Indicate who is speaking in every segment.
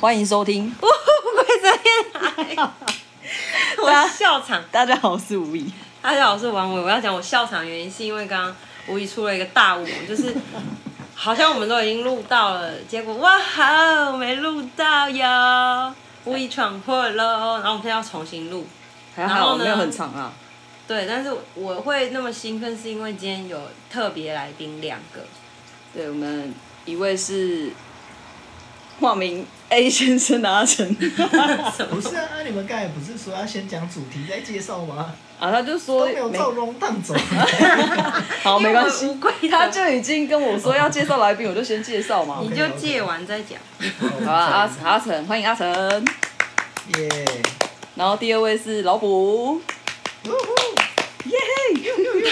Speaker 1: 欢迎收听，
Speaker 2: 鬼遮天台，我笑场。
Speaker 1: 大家好，我是吴怡。
Speaker 2: 大家好，我是王伟。我要讲我笑场的原因是因为刚刚吴怡出了一个大误，就是好像我们都已经录到了，结果哇好没录到哟，吴怡闯祸喽。然后我们现在要重新录，
Speaker 1: 还
Speaker 2: 然
Speaker 1: 好
Speaker 2: 后呢
Speaker 1: 没有很长啊，
Speaker 2: 对。但是我会那么兴奋，是因为今天有特别来宾两个，
Speaker 1: 对我们一位是化名 A 先生的阿成，
Speaker 2: 什
Speaker 3: 不
Speaker 2: 么
Speaker 3: 是啊，啊你们刚才不是说要先讲主题再介绍吗？
Speaker 1: 啊，他就说
Speaker 3: 都没有
Speaker 1: 没
Speaker 3: 照 long 荡走，
Speaker 1: 好没关
Speaker 2: 因为我
Speaker 1: 系
Speaker 2: 们乌龟，的
Speaker 1: 他就已经跟我说要介绍来宾，我就先介绍嘛。
Speaker 2: 你就借完再讲。
Speaker 3: 嗯
Speaker 1: 好啊，阿阿成，欢迎阿成。
Speaker 3: 耶，
Speaker 1: 然后第二位是老卜，
Speaker 3: 呜呼
Speaker 1: 耶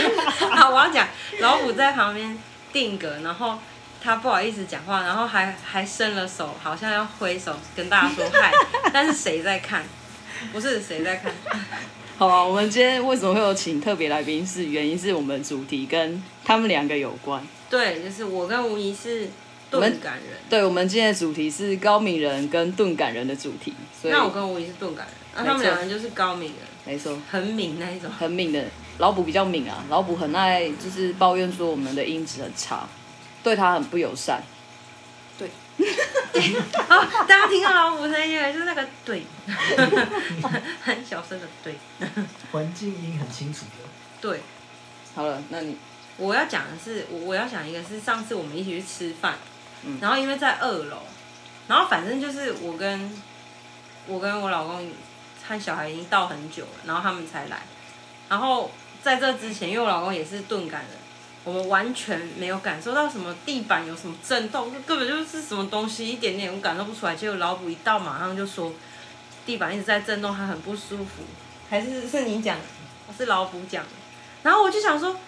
Speaker 2: 啊，我要讲老虎在旁边定格，然后他不好意思讲话，然后还还伸了手，好像要挥手跟大家说嗨， 但是谁在看？不是谁在看？
Speaker 1: 好啊，我们今天为什么会有请特别来宾？是原因是我们主题跟他们两个有关。
Speaker 2: 对，就是我跟吴怡是钝感人，
Speaker 1: 对，我们今天的主题是高敏人跟钝感人的主题，所以
Speaker 2: 那我跟吴怡是钝感人，那、
Speaker 1: 没错
Speaker 2: 他们两个人就是高敏人，
Speaker 1: 没错，
Speaker 2: 很敏那一种。
Speaker 1: 很敏的老卜比较敏啊，老卜很爱就是抱怨说我们的音质很差，对他很不友善。
Speaker 2: 啊，大家听到老虎声音了，就是那个对， 很小声的对
Speaker 3: 环境音很清楚的，
Speaker 2: 对。
Speaker 1: 好了，那你
Speaker 2: 我要讲的是，我我要讲一个是上次我们一起去吃饭，
Speaker 1: 嗯
Speaker 2: 然后因为在二楼，然后反正就是我跟我跟我老公和小孩已经到很久了，然后他们才来。然后在这之前，因为我老公也是钝感人，我们完全没有感受到什么地板有什么震动，根本就是什么东西一点点我感受不出来。结果老卜一到，马上就说地板一直在震动，他很不舒服。还是是你讲的，是老卜讲的。然后我就想说，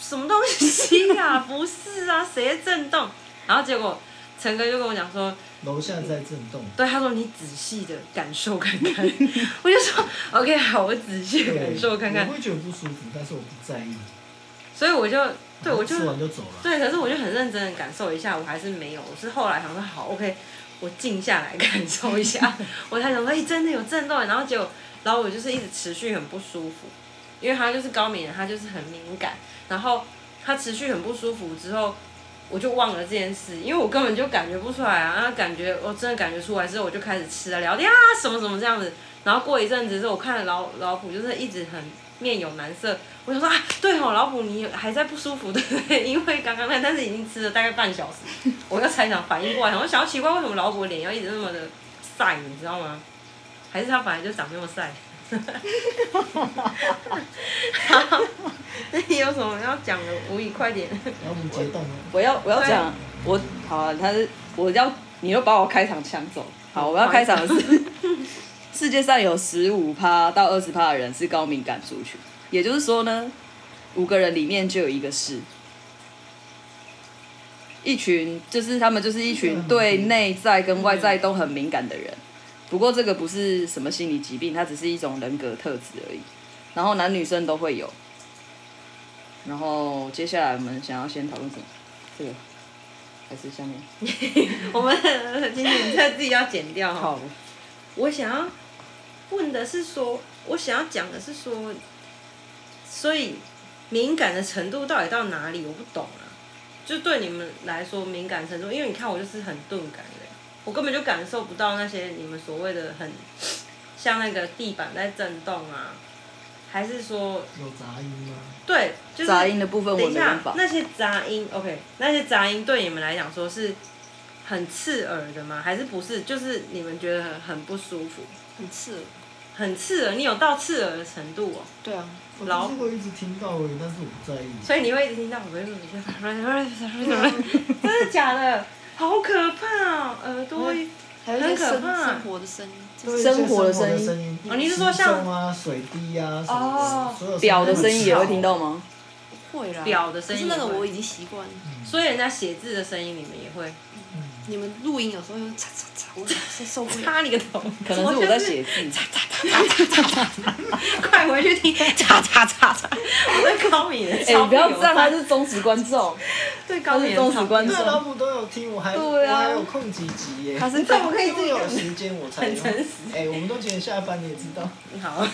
Speaker 2: 什么东西啊？ 不是啊，谁在震动？然后结果陈哥就跟我讲说，
Speaker 3: 楼下在震动，
Speaker 2: 对，他说你仔细的感受看看。 我就说 OK，好，我仔细地感受看看
Speaker 3: 我。会觉得不舒服，但是我不在意，
Speaker 2: 所以我就对我就
Speaker 3: 吃完就走了。
Speaker 2: 对，可是我就很认真的感受一下，我还是没有。我是后来想说，好，OK，我静下来 感受一下，我才想说，哎、真的有震动耶。然后结果，然后我就是一直持续很不舒服，因为他就是高敏人，他就是很敏感。然后他持续很不舒服之后，我就忘了这件事，因为我根本就感觉不出来啊。然后感觉我真的感觉出来之后，我就开始吃啊、聊天啊，什么什么这样子。然后过一阵子之后，我看了老老虎就是一直很面有难色，我想说啊，对哦，老虎你还在不舒服对不对？因为刚刚那但是已经吃了大概半小时，我又才想反应过来，我想要奇怪为什么老虎脸要一直那么的晒，你知道吗？还是他本来就长那么晒？ 好，那你有什么要讲的？吴宇，快点！
Speaker 3: 然后我们结啊冻了，
Speaker 1: 我要我要讲我好啊，他是我要你又把我开场抢走。
Speaker 2: 嗯
Speaker 1: 好，我要开场的是世界上有十五趴到二十趴的人是高敏感族群，也就是说呢，五个人里面就有一个是。一群就是他们就是一群对内在跟外在都很敏感的人，不过这个不是什么心理疾病，它只是一种人格特质而已。然后男女生都会有。然后接下来我们想要先讨论什么？这个还是下面？
Speaker 2: 我们今天你这自己要剪掉哈。
Speaker 1: 好，
Speaker 2: 我想要问的是说，我想要讲的是说，所以敏感的程度到底到哪里？我不懂啊。就对你们来说，敏感程度，因为你看我就是很钝感的，我根本就感受不到那些你们所谓的很像那个地板在震动啊，还是说
Speaker 3: 有杂音吗？
Speaker 2: 对，就是
Speaker 1: 杂音的部分我
Speaker 2: 等
Speaker 1: 没
Speaker 2: 一下
Speaker 1: 办，法。
Speaker 2: 那些杂音，OK，那些杂音对你们来讲说是很刺耳的吗？还是不是？就是你们觉得很很不舒服，
Speaker 4: 很刺耳，
Speaker 2: 很刺耳，你有到刺耳的程度哦、
Speaker 4: 对啊，
Speaker 3: 我
Speaker 2: 老
Speaker 3: 就是会一直听到而已，但是我不在意。
Speaker 2: 所以你会一直听到真的假 的？好可怕哦、耳朵
Speaker 4: 嗯还有一
Speaker 2: 很
Speaker 4: 些
Speaker 2: 可
Speaker 4: 生
Speaker 2: 怕
Speaker 4: 生活的声音，
Speaker 3: 都有一些
Speaker 1: 生
Speaker 3: 生
Speaker 1: 活的
Speaker 3: 的
Speaker 1: 声音
Speaker 3: 声音
Speaker 2: 哦你是说像
Speaker 3: 时钟啊、水滴啊什么
Speaker 2: 哦
Speaker 3: 的，所有
Speaker 1: 表的声音也会
Speaker 3: 都很吵
Speaker 1: 听到吗？
Speaker 4: 会啦，嗯
Speaker 2: 表的
Speaker 4: 可
Speaker 2: 声
Speaker 4: 是
Speaker 2: 音，
Speaker 4: 那个我已经习惯了，
Speaker 2: 所以人家写字的声音你们也会，
Speaker 3: 嗯
Speaker 4: 你们录音有时候又擦擦擦，我是受不了。
Speaker 2: 擦你个头！
Speaker 1: 可能是我在写字，
Speaker 2: 快回去听，叉叉叉叉，我对高敏 人
Speaker 1: 哎、
Speaker 2: 超
Speaker 1: 你不要
Speaker 2: 有
Speaker 1: 这样，
Speaker 2: 爱
Speaker 1: 他是忠实观众，
Speaker 2: 对高敏
Speaker 1: 他
Speaker 2: 人
Speaker 1: 是
Speaker 2: 超
Speaker 1: 忠实观
Speaker 2: 有
Speaker 1: 众
Speaker 2: 爱
Speaker 3: 啊那老母都有听，我还
Speaker 1: 对啊
Speaker 3: 我还有空几集耶。
Speaker 1: 他是
Speaker 2: 你怎么可以
Speaker 3: 因
Speaker 2: 自己
Speaker 3: 为我有时间我才
Speaker 2: 很诚实
Speaker 3: 哎、我们都几点下班你也知 道，
Speaker 2: 你好，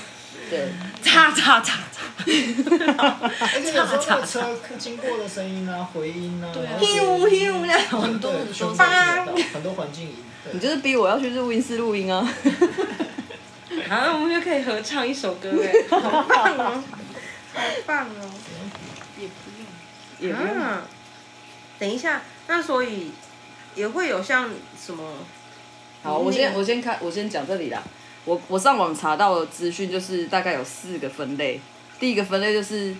Speaker 1: 对，
Speaker 2: 叉叉叉叉，
Speaker 3: 而且有时候哎 那个车经过的声音啊、回音啊，
Speaker 4: 对啊
Speaker 2: 咻咻那种，
Speaker 3: 很多很多很多环境音。对
Speaker 1: 你就是逼我要去录音室录音啊，
Speaker 2: 然后我们就可以合唱一首歌哎，好棒哦，好棒哦！
Speaker 4: 也不用。
Speaker 1: 也不用。
Speaker 2: 啊，等一下，那所以也会有像什么？
Speaker 1: 好，我先我先看，我先讲这里啦。我我上网查到的资讯就是大概有四个分类，第一个分类就是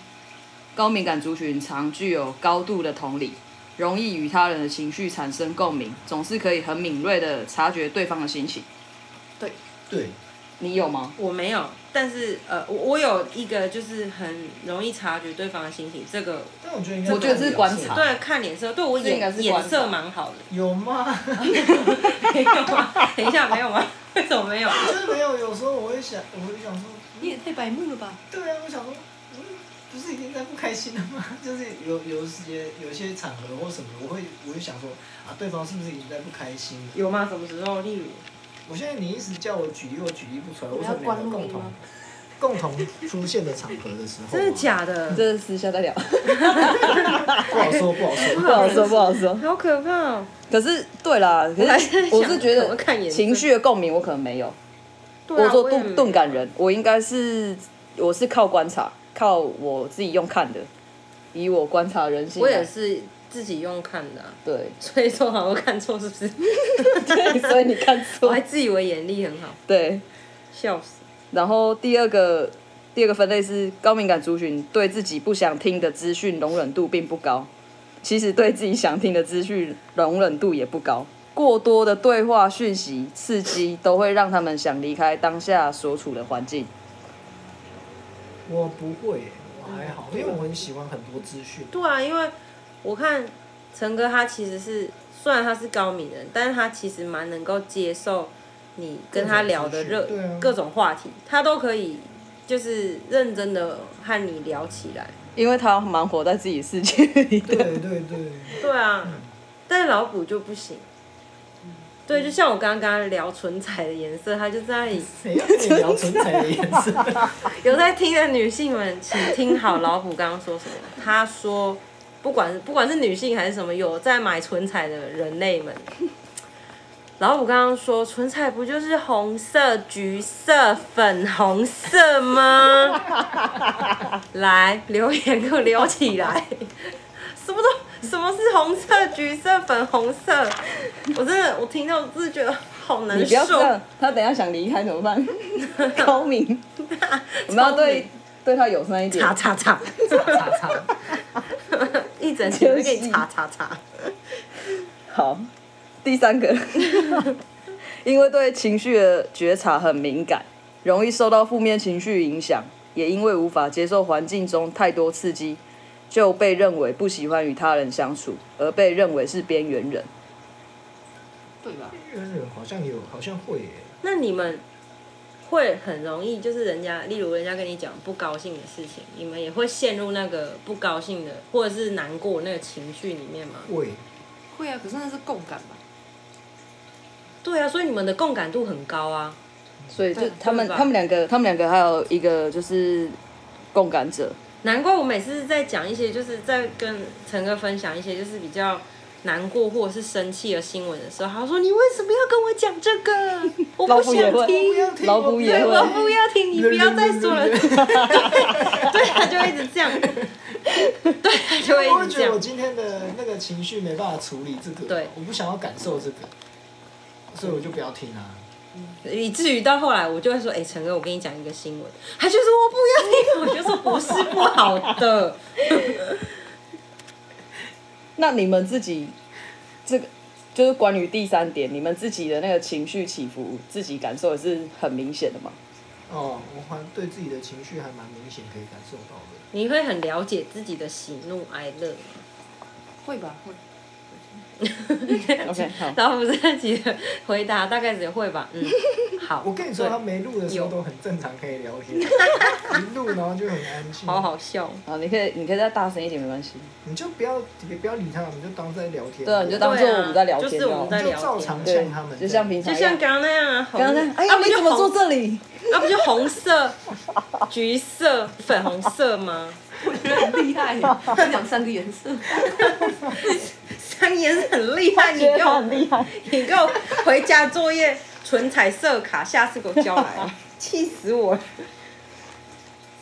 Speaker 1: 高敏感族群常具有高度的同理，容易与他人的情绪产生共鸣，总是可以很敏锐的察觉对方的心情。
Speaker 3: 对，
Speaker 1: 你有吗？
Speaker 2: 我没有，但是呃，我我有一个就是很容易察觉对方的心情，这个
Speaker 3: 但我觉得应该
Speaker 1: 我觉得这是观察
Speaker 2: 对看脸色，对我
Speaker 1: 这应该
Speaker 2: 眼
Speaker 1: 是
Speaker 2: 眼
Speaker 1: 观察
Speaker 2: 色蛮好的。
Speaker 3: 有吗？
Speaker 2: 没有吗？等一下，没有吗？ 为什么没有？
Speaker 3: 真的没有，有时候我会想，我会想说，
Speaker 4: 你也太白目了吧？
Speaker 3: 对啊，我想说，嗯，不是已经在不开心了吗？ 就是有有些有些场合或什么，我会我会想说，啊，对方是不是已经在不开心了？
Speaker 2: 有吗？什么时候？例如，
Speaker 3: 我现在你一直叫我举例，我举例不出来，我
Speaker 4: 们要
Speaker 3: 说两个
Speaker 4: 关
Speaker 3: 共
Speaker 4: 录音
Speaker 3: 同
Speaker 4: 吗
Speaker 3: 共同出现的场合的时候啊，
Speaker 2: 真的假的？
Speaker 1: 这私下再聊，
Speaker 3: 不好说，不好说。
Speaker 1: 不好说，不好说。
Speaker 2: 好可怕哦！
Speaker 1: 可是对啦，可
Speaker 2: 还
Speaker 1: 是
Speaker 2: 在想
Speaker 1: 我是觉
Speaker 2: 怎么
Speaker 1: 得
Speaker 2: 看眼色
Speaker 1: 情绪的共鸣我可能没有，
Speaker 2: 对
Speaker 1: 我
Speaker 2: 啊
Speaker 1: 做
Speaker 2: 也
Speaker 1: 钝钝感人，我应该是我是靠观察，靠我自己用看的，以我观察人性
Speaker 2: 我
Speaker 1: 来。
Speaker 2: 也是自己用看的啊、
Speaker 1: 对
Speaker 2: 所以说好像看错是不是？
Speaker 1: 对，所以你看
Speaker 2: 我
Speaker 1: 错
Speaker 2: 还。自以为眼力很好，
Speaker 1: 对，
Speaker 2: 笑死！
Speaker 1: 然后第二个第二个分类是高敏感族群对自己不想听的资讯容忍度并不高，其实对自己想听的资讯容忍度也不高。过多的对话讯息刺激都会让他们想离开当下所处的环境。
Speaker 3: 我不会耶，我还好，因为我很喜欢很多资讯。
Speaker 2: 对啊，因为我看陈哥他其实是虽然他是高敏人，但是他其实蛮能够接受你跟他聊的热
Speaker 3: 各种资讯对啊
Speaker 2: 各种话题，他都可以就是认真的和你聊起来。
Speaker 1: 因为他蛮活在自己世界里
Speaker 3: 对
Speaker 1: 的，
Speaker 3: 对对，
Speaker 2: 对啊，但是老虎就不行。
Speaker 3: 嗯
Speaker 2: 对，就像我刚刚跟他聊唇彩的颜色，他就在那里
Speaker 3: 谁要跟你聊唇彩的颜 色？
Speaker 2: 有在听的女性们，请听好老虎刚刚说什么。他说，不管是不管是女性还是什么，有在买唇彩的人类们， 老虎刚刚说，唇彩不就是红色、橘色、粉红色吗？ 来留言给我留起来，什么都什么是红色、橘色、粉红色？我真的我听到我自己觉得好难
Speaker 1: 你不要这
Speaker 2: 受。
Speaker 1: 样，他等一下想离开怎么 办？高敏，我们要对对他友善一点
Speaker 2: 叉。叉叉，
Speaker 3: 叉叉，
Speaker 2: 一整天都给你叉叉叉。
Speaker 1: 好，第三个， 因为对情绪的觉察很敏感，容易受到负面情绪影响，也因为无法接受环境中太多刺激，就被认为不喜欢与他人相处，而被认为是边缘人。
Speaker 4: 对吧？
Speaker 3: 冤人好像有，好像会耶。
Speaker 2: 那你们会很容易，就是人家，例如人家跟你讲不高兴的事情，你们也会陷入那个不高兴的或者是难过那个情绪里面吗？
Speaker 3: 会，
Speaker 4: 会啊，可是那是共感吧？
Speaker 2: 对啊，所以你们的共感度很高啊。
Speaker 1: 所以就
Speaker 4: 对
Speaker 1: 他们，
Speaker 2: 对吧
Speaker 1: 他们两个，他们两个还有一个就是共感者，
Speaker 2: 难怪我每次在讲一些，就是在跟陈哥分享一些就是比较难过或者是生气的新闻的时候，他说你为什么要跟我讲这 个？我
Speaker 1: 老
Speaker 2: 不
Speaker 1: 虎也
Speaker 2: 想
Speaker 1: 会
Speaker 2: 听。
Speaker 1: 老虎也
Speaker 2: 对，
Speaker 1: 会
Speaker 2: 我不要听，你不要再说了。 对，他就一直 这样，对，他就
Speaker 3: 我
Speaker 2: 会
Speaker 3: 会
Speaker 2: 一直这
Speaker 3: 觉得
Speaker 2: 样
Speaker 3: 我。今天的那个情绪没办法处理这个，
Speaker 2: 对
Speaker 3: 我不想要感受这个，所以我就不要听啊。
Speaker 2: 以至于到后来，我就会说：“哎、陈哥，我跟你讲一个新闻。”他就 说：“我不要听。”我就说：“不是不好的。
Speaker 1: 那你们自己这个就是关于第三点，你们自己的那个情绪起伏，自己感受也是很明显的 嘛。
Speaker 3: 哦，我还对自己的情绪还蛮明显可以感受到的。”
Speaker 2: 你会很了解自己的喜怒哀乐吗
Speaker 4: 会吧？会。
Speaker 1: OK，好，
Speaker 2: 然后不是自己的回答大概只会吧，嗯， 好，
Speaker 3: 我跟你说，
Speaker 2: 对
Speaker 3: 他没录的时
Speaker 2: 有
Speaker 3: 候都很正常，可以聊天。 一录然后就很安静，
Speaker 2: 好好笑，
Speaker 1: 好，你可以你可以再大声一点，没关系。
Speaker 3: 你就不要也不要理他，我们就当在聊天。
Speaker 1: 对啊你就当
Speaker 2: 对
Speaker 1: 做
Speaker 2: 啊
Speaker 1: 我们在聊天
Speaker 2: 就是我们在
Speaker 3: 就
Speaker 2: 聊
Speaker 3: 照
Speaker 2: 天
Speaker 3: 常
Speaker 1: 对
Speaker 3: 像他们，
Speaker 1: 就像平常
Speaker 2: 就
Speaker 1: 一
Speaker 2: 像
Speaker 1: 样。
Speaker 2: 刚刚那样啊，红
Speaker 1: 刚刚，哎
Speaker 2: 啊
Speaker 1: 呀，
Speaker 2: 不
Speaker 1: 你
Speaker 2: 就
Speaker 1: 怎么
Speaker 2: 红
Speaker 1: 坐这里？
Speaker 2: 啊，不就红色、橘色、粉红色 吗？
Speaker 4: 我觉得很厉害 耶，他讲三个颜色，
Speaker 2: 三颜色很厉害，你给我，
Speaker 1: 厉害。
Speaker 2: 你给我回家作业纯彩色卡，下次给我交来， 气死我了。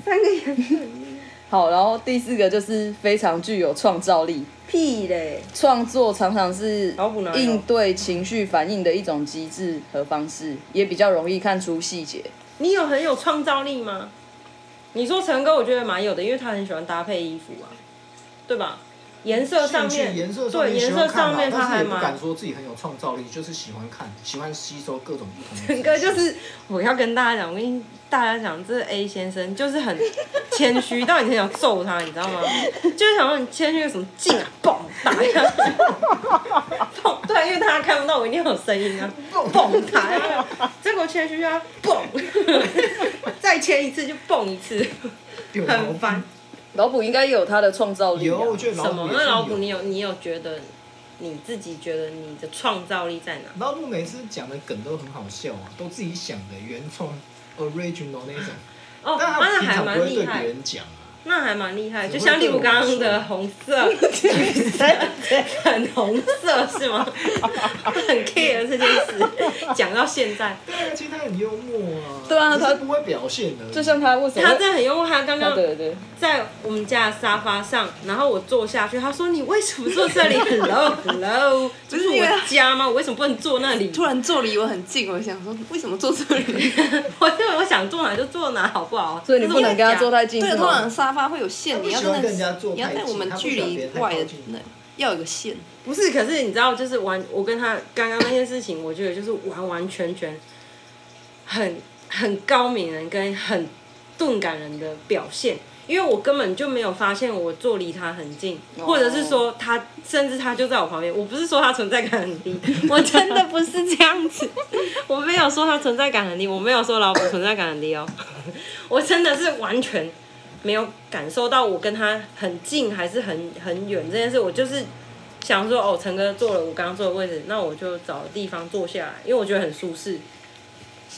Speaker 2: 三个颜色
Speaker 1: 好，然后第四个就是非常具有创造力，
Speaker 2: 屁嘞！
Speaker 1: 创作常常是
Speaker 2: 老虎哪有
Speaker 1: 应对情绪反应的一种机制和方式，也比较容易看出细节。
Speaker 2: 你有很有创造力吗？你说陈哥，我觉得蛮有的，因为他很喜欢搭配衣服啊，对吧？颜色上
Speaker 3: 兴
Speaker 2: 面，
Speaker 3: 趣颜色上
Speaker 2: 对
Speaker 3: 面喜
Speaker 2: 颜
Speaker 3: 欢
Speaker 2: 色
Speaker 3: 看
Speaker 2: 上
Speaker 3: 嘛
Speaker 2: 面他
Speaker 3: 但是
Speaker 2: 还
Speaker 3: 也不
Speaker 2: 蛮
Speaker 3: 敢。说自己很有创造力，就是喜欢看，喜欢吸收各种不同的资讯。
Speaker 2: 陈 哥就是我要跟大家讲，我跟大家讲，这 A 先生就是很谦虚，到你很想揍他，你知道吗？就是想说你谦虚个什么劲啊，嘣打一下， 嘣对，因为大家看不到我一定有声音啊，嘣打一下，结果谦虚啊， 嘣，再谦一次就蹦一次，
Speaker 3: 对老虎
Speaker 2: 很烦。
Speaker 1: 老虎应该也有他的创造力、啊。
Speaker 3: 有，我觉得老
Speaker 2: 什么
Speaker 3: 虎？也
Speaker 2: 那
Speaker 3: 是
Speaker 2: 老虎，
Speaker 3: 有
Speaker 2: 你有你有觉得你自己觉得你的创造力在哪？
Speaker 3: 老虎每次讲的梗都很好笑啊，都自己想的原创 original 那种，
Speaker 2: 哦，
Speaker 3: 但
Speaker 2: 啊那
Speaker 3: 他平
Speaker 2: 还
Speaker 3: 常不
Speaker 2: 蛮
Speaker 3: 会
Speaker 2: 厉
Speaker 3: 对别
Speaker 2: 害，
Speaker 3: 人讲啊。
Speaker 2: 那还蛮厉害。
Speaker 3: 只
Speaker 2: 就
Speaker 3: 会
Speaker 2: 像例如
Speaker 3: 对我
Speaker 2: 刚
Speaker 3: 们
Speaker 2: 刚的
Speaker 3: 说
Speaker 2: 红色、橘 色、粉红色是吗？ 很 care 这件事，讲到现在，
Speaker 3: 对啊，其实他很幽默啊。
Speaker 1: 对啊
Speaker 3: 只是
Speaker 1: 他
Speaker 3: 不会表现的。
Speaker 1: 就像他为什么
Speaker 2: 他
Speaker 1: 会？
Speaker 2: 真的很幽默。他刚
Speaker 1: 他
Speaker 2: 刚
Speaker 1: 啊对对对，
Speaker 2: 在我们家的沙发上，然后我坐下去，他说：“你为什么坐 这里？”Hello Hello，这
Speaker 4: 不
Speaker 2: 是
Speaker 4: 是因为
Speaker 2: 我家吗？我为什么不能坐那里？
Speaker 4: 突然坐离我很近，我想说为什么坐这 里？
Speaker 2: 我就我想坐哪就坐哪，好不好？
Speaker 1: 所以你不能跟他坐
Speaker 2: 他
Speaker 1: 太近，
Speaker 4: 对，啊
Speaker 1: 是
Speaker 4: 通常
Speaker 1: 吗？
Speaker 4: 沙发会有线，
Speaker 3: 他不
Speaker 4: 你要
Speaker 3: 喜欢
Speaker 4: 在
Speaker 3: 跟人家
Speaker 4: 那，
Speaker 3: 坐
Speaker 4: 你要
Speaker 3: 太
Speaker 4: 在我
Speaker 3: 近
Speaker 4: 们
Speaker 3: 他不
Speaker 4: 距
Speaker 3: 喜欢
Speaker 4: 离
Speaker 3: 别人太
Speaker 4: 外
Speaker 3: 靠
Speaker 4: 的
Speaker 3: 近
Speaker 4: 那要有个线，
Speaker 2: 不是，可是你知道，就是完，我跟他刚刚那件事情，我觉得就是完完全全很很高敏人跟很钝感人的表现，因为我根本就没有发现我坐离他很近，
Speaker 1: 哦
Speaker 2: 或者是说他甚至他就在我旁边。我不是说他存在感很低，我真的不是这样子， 我没有说他存在感很低，我没有说老婆存在感很低哦， 我真的是完全没有感受到我跟他很近还是很很远这件事，我就是。想说哦，陈哥坐了我刚刚坐的位置，那我就找地方坐下来，因为我觉得很舒适。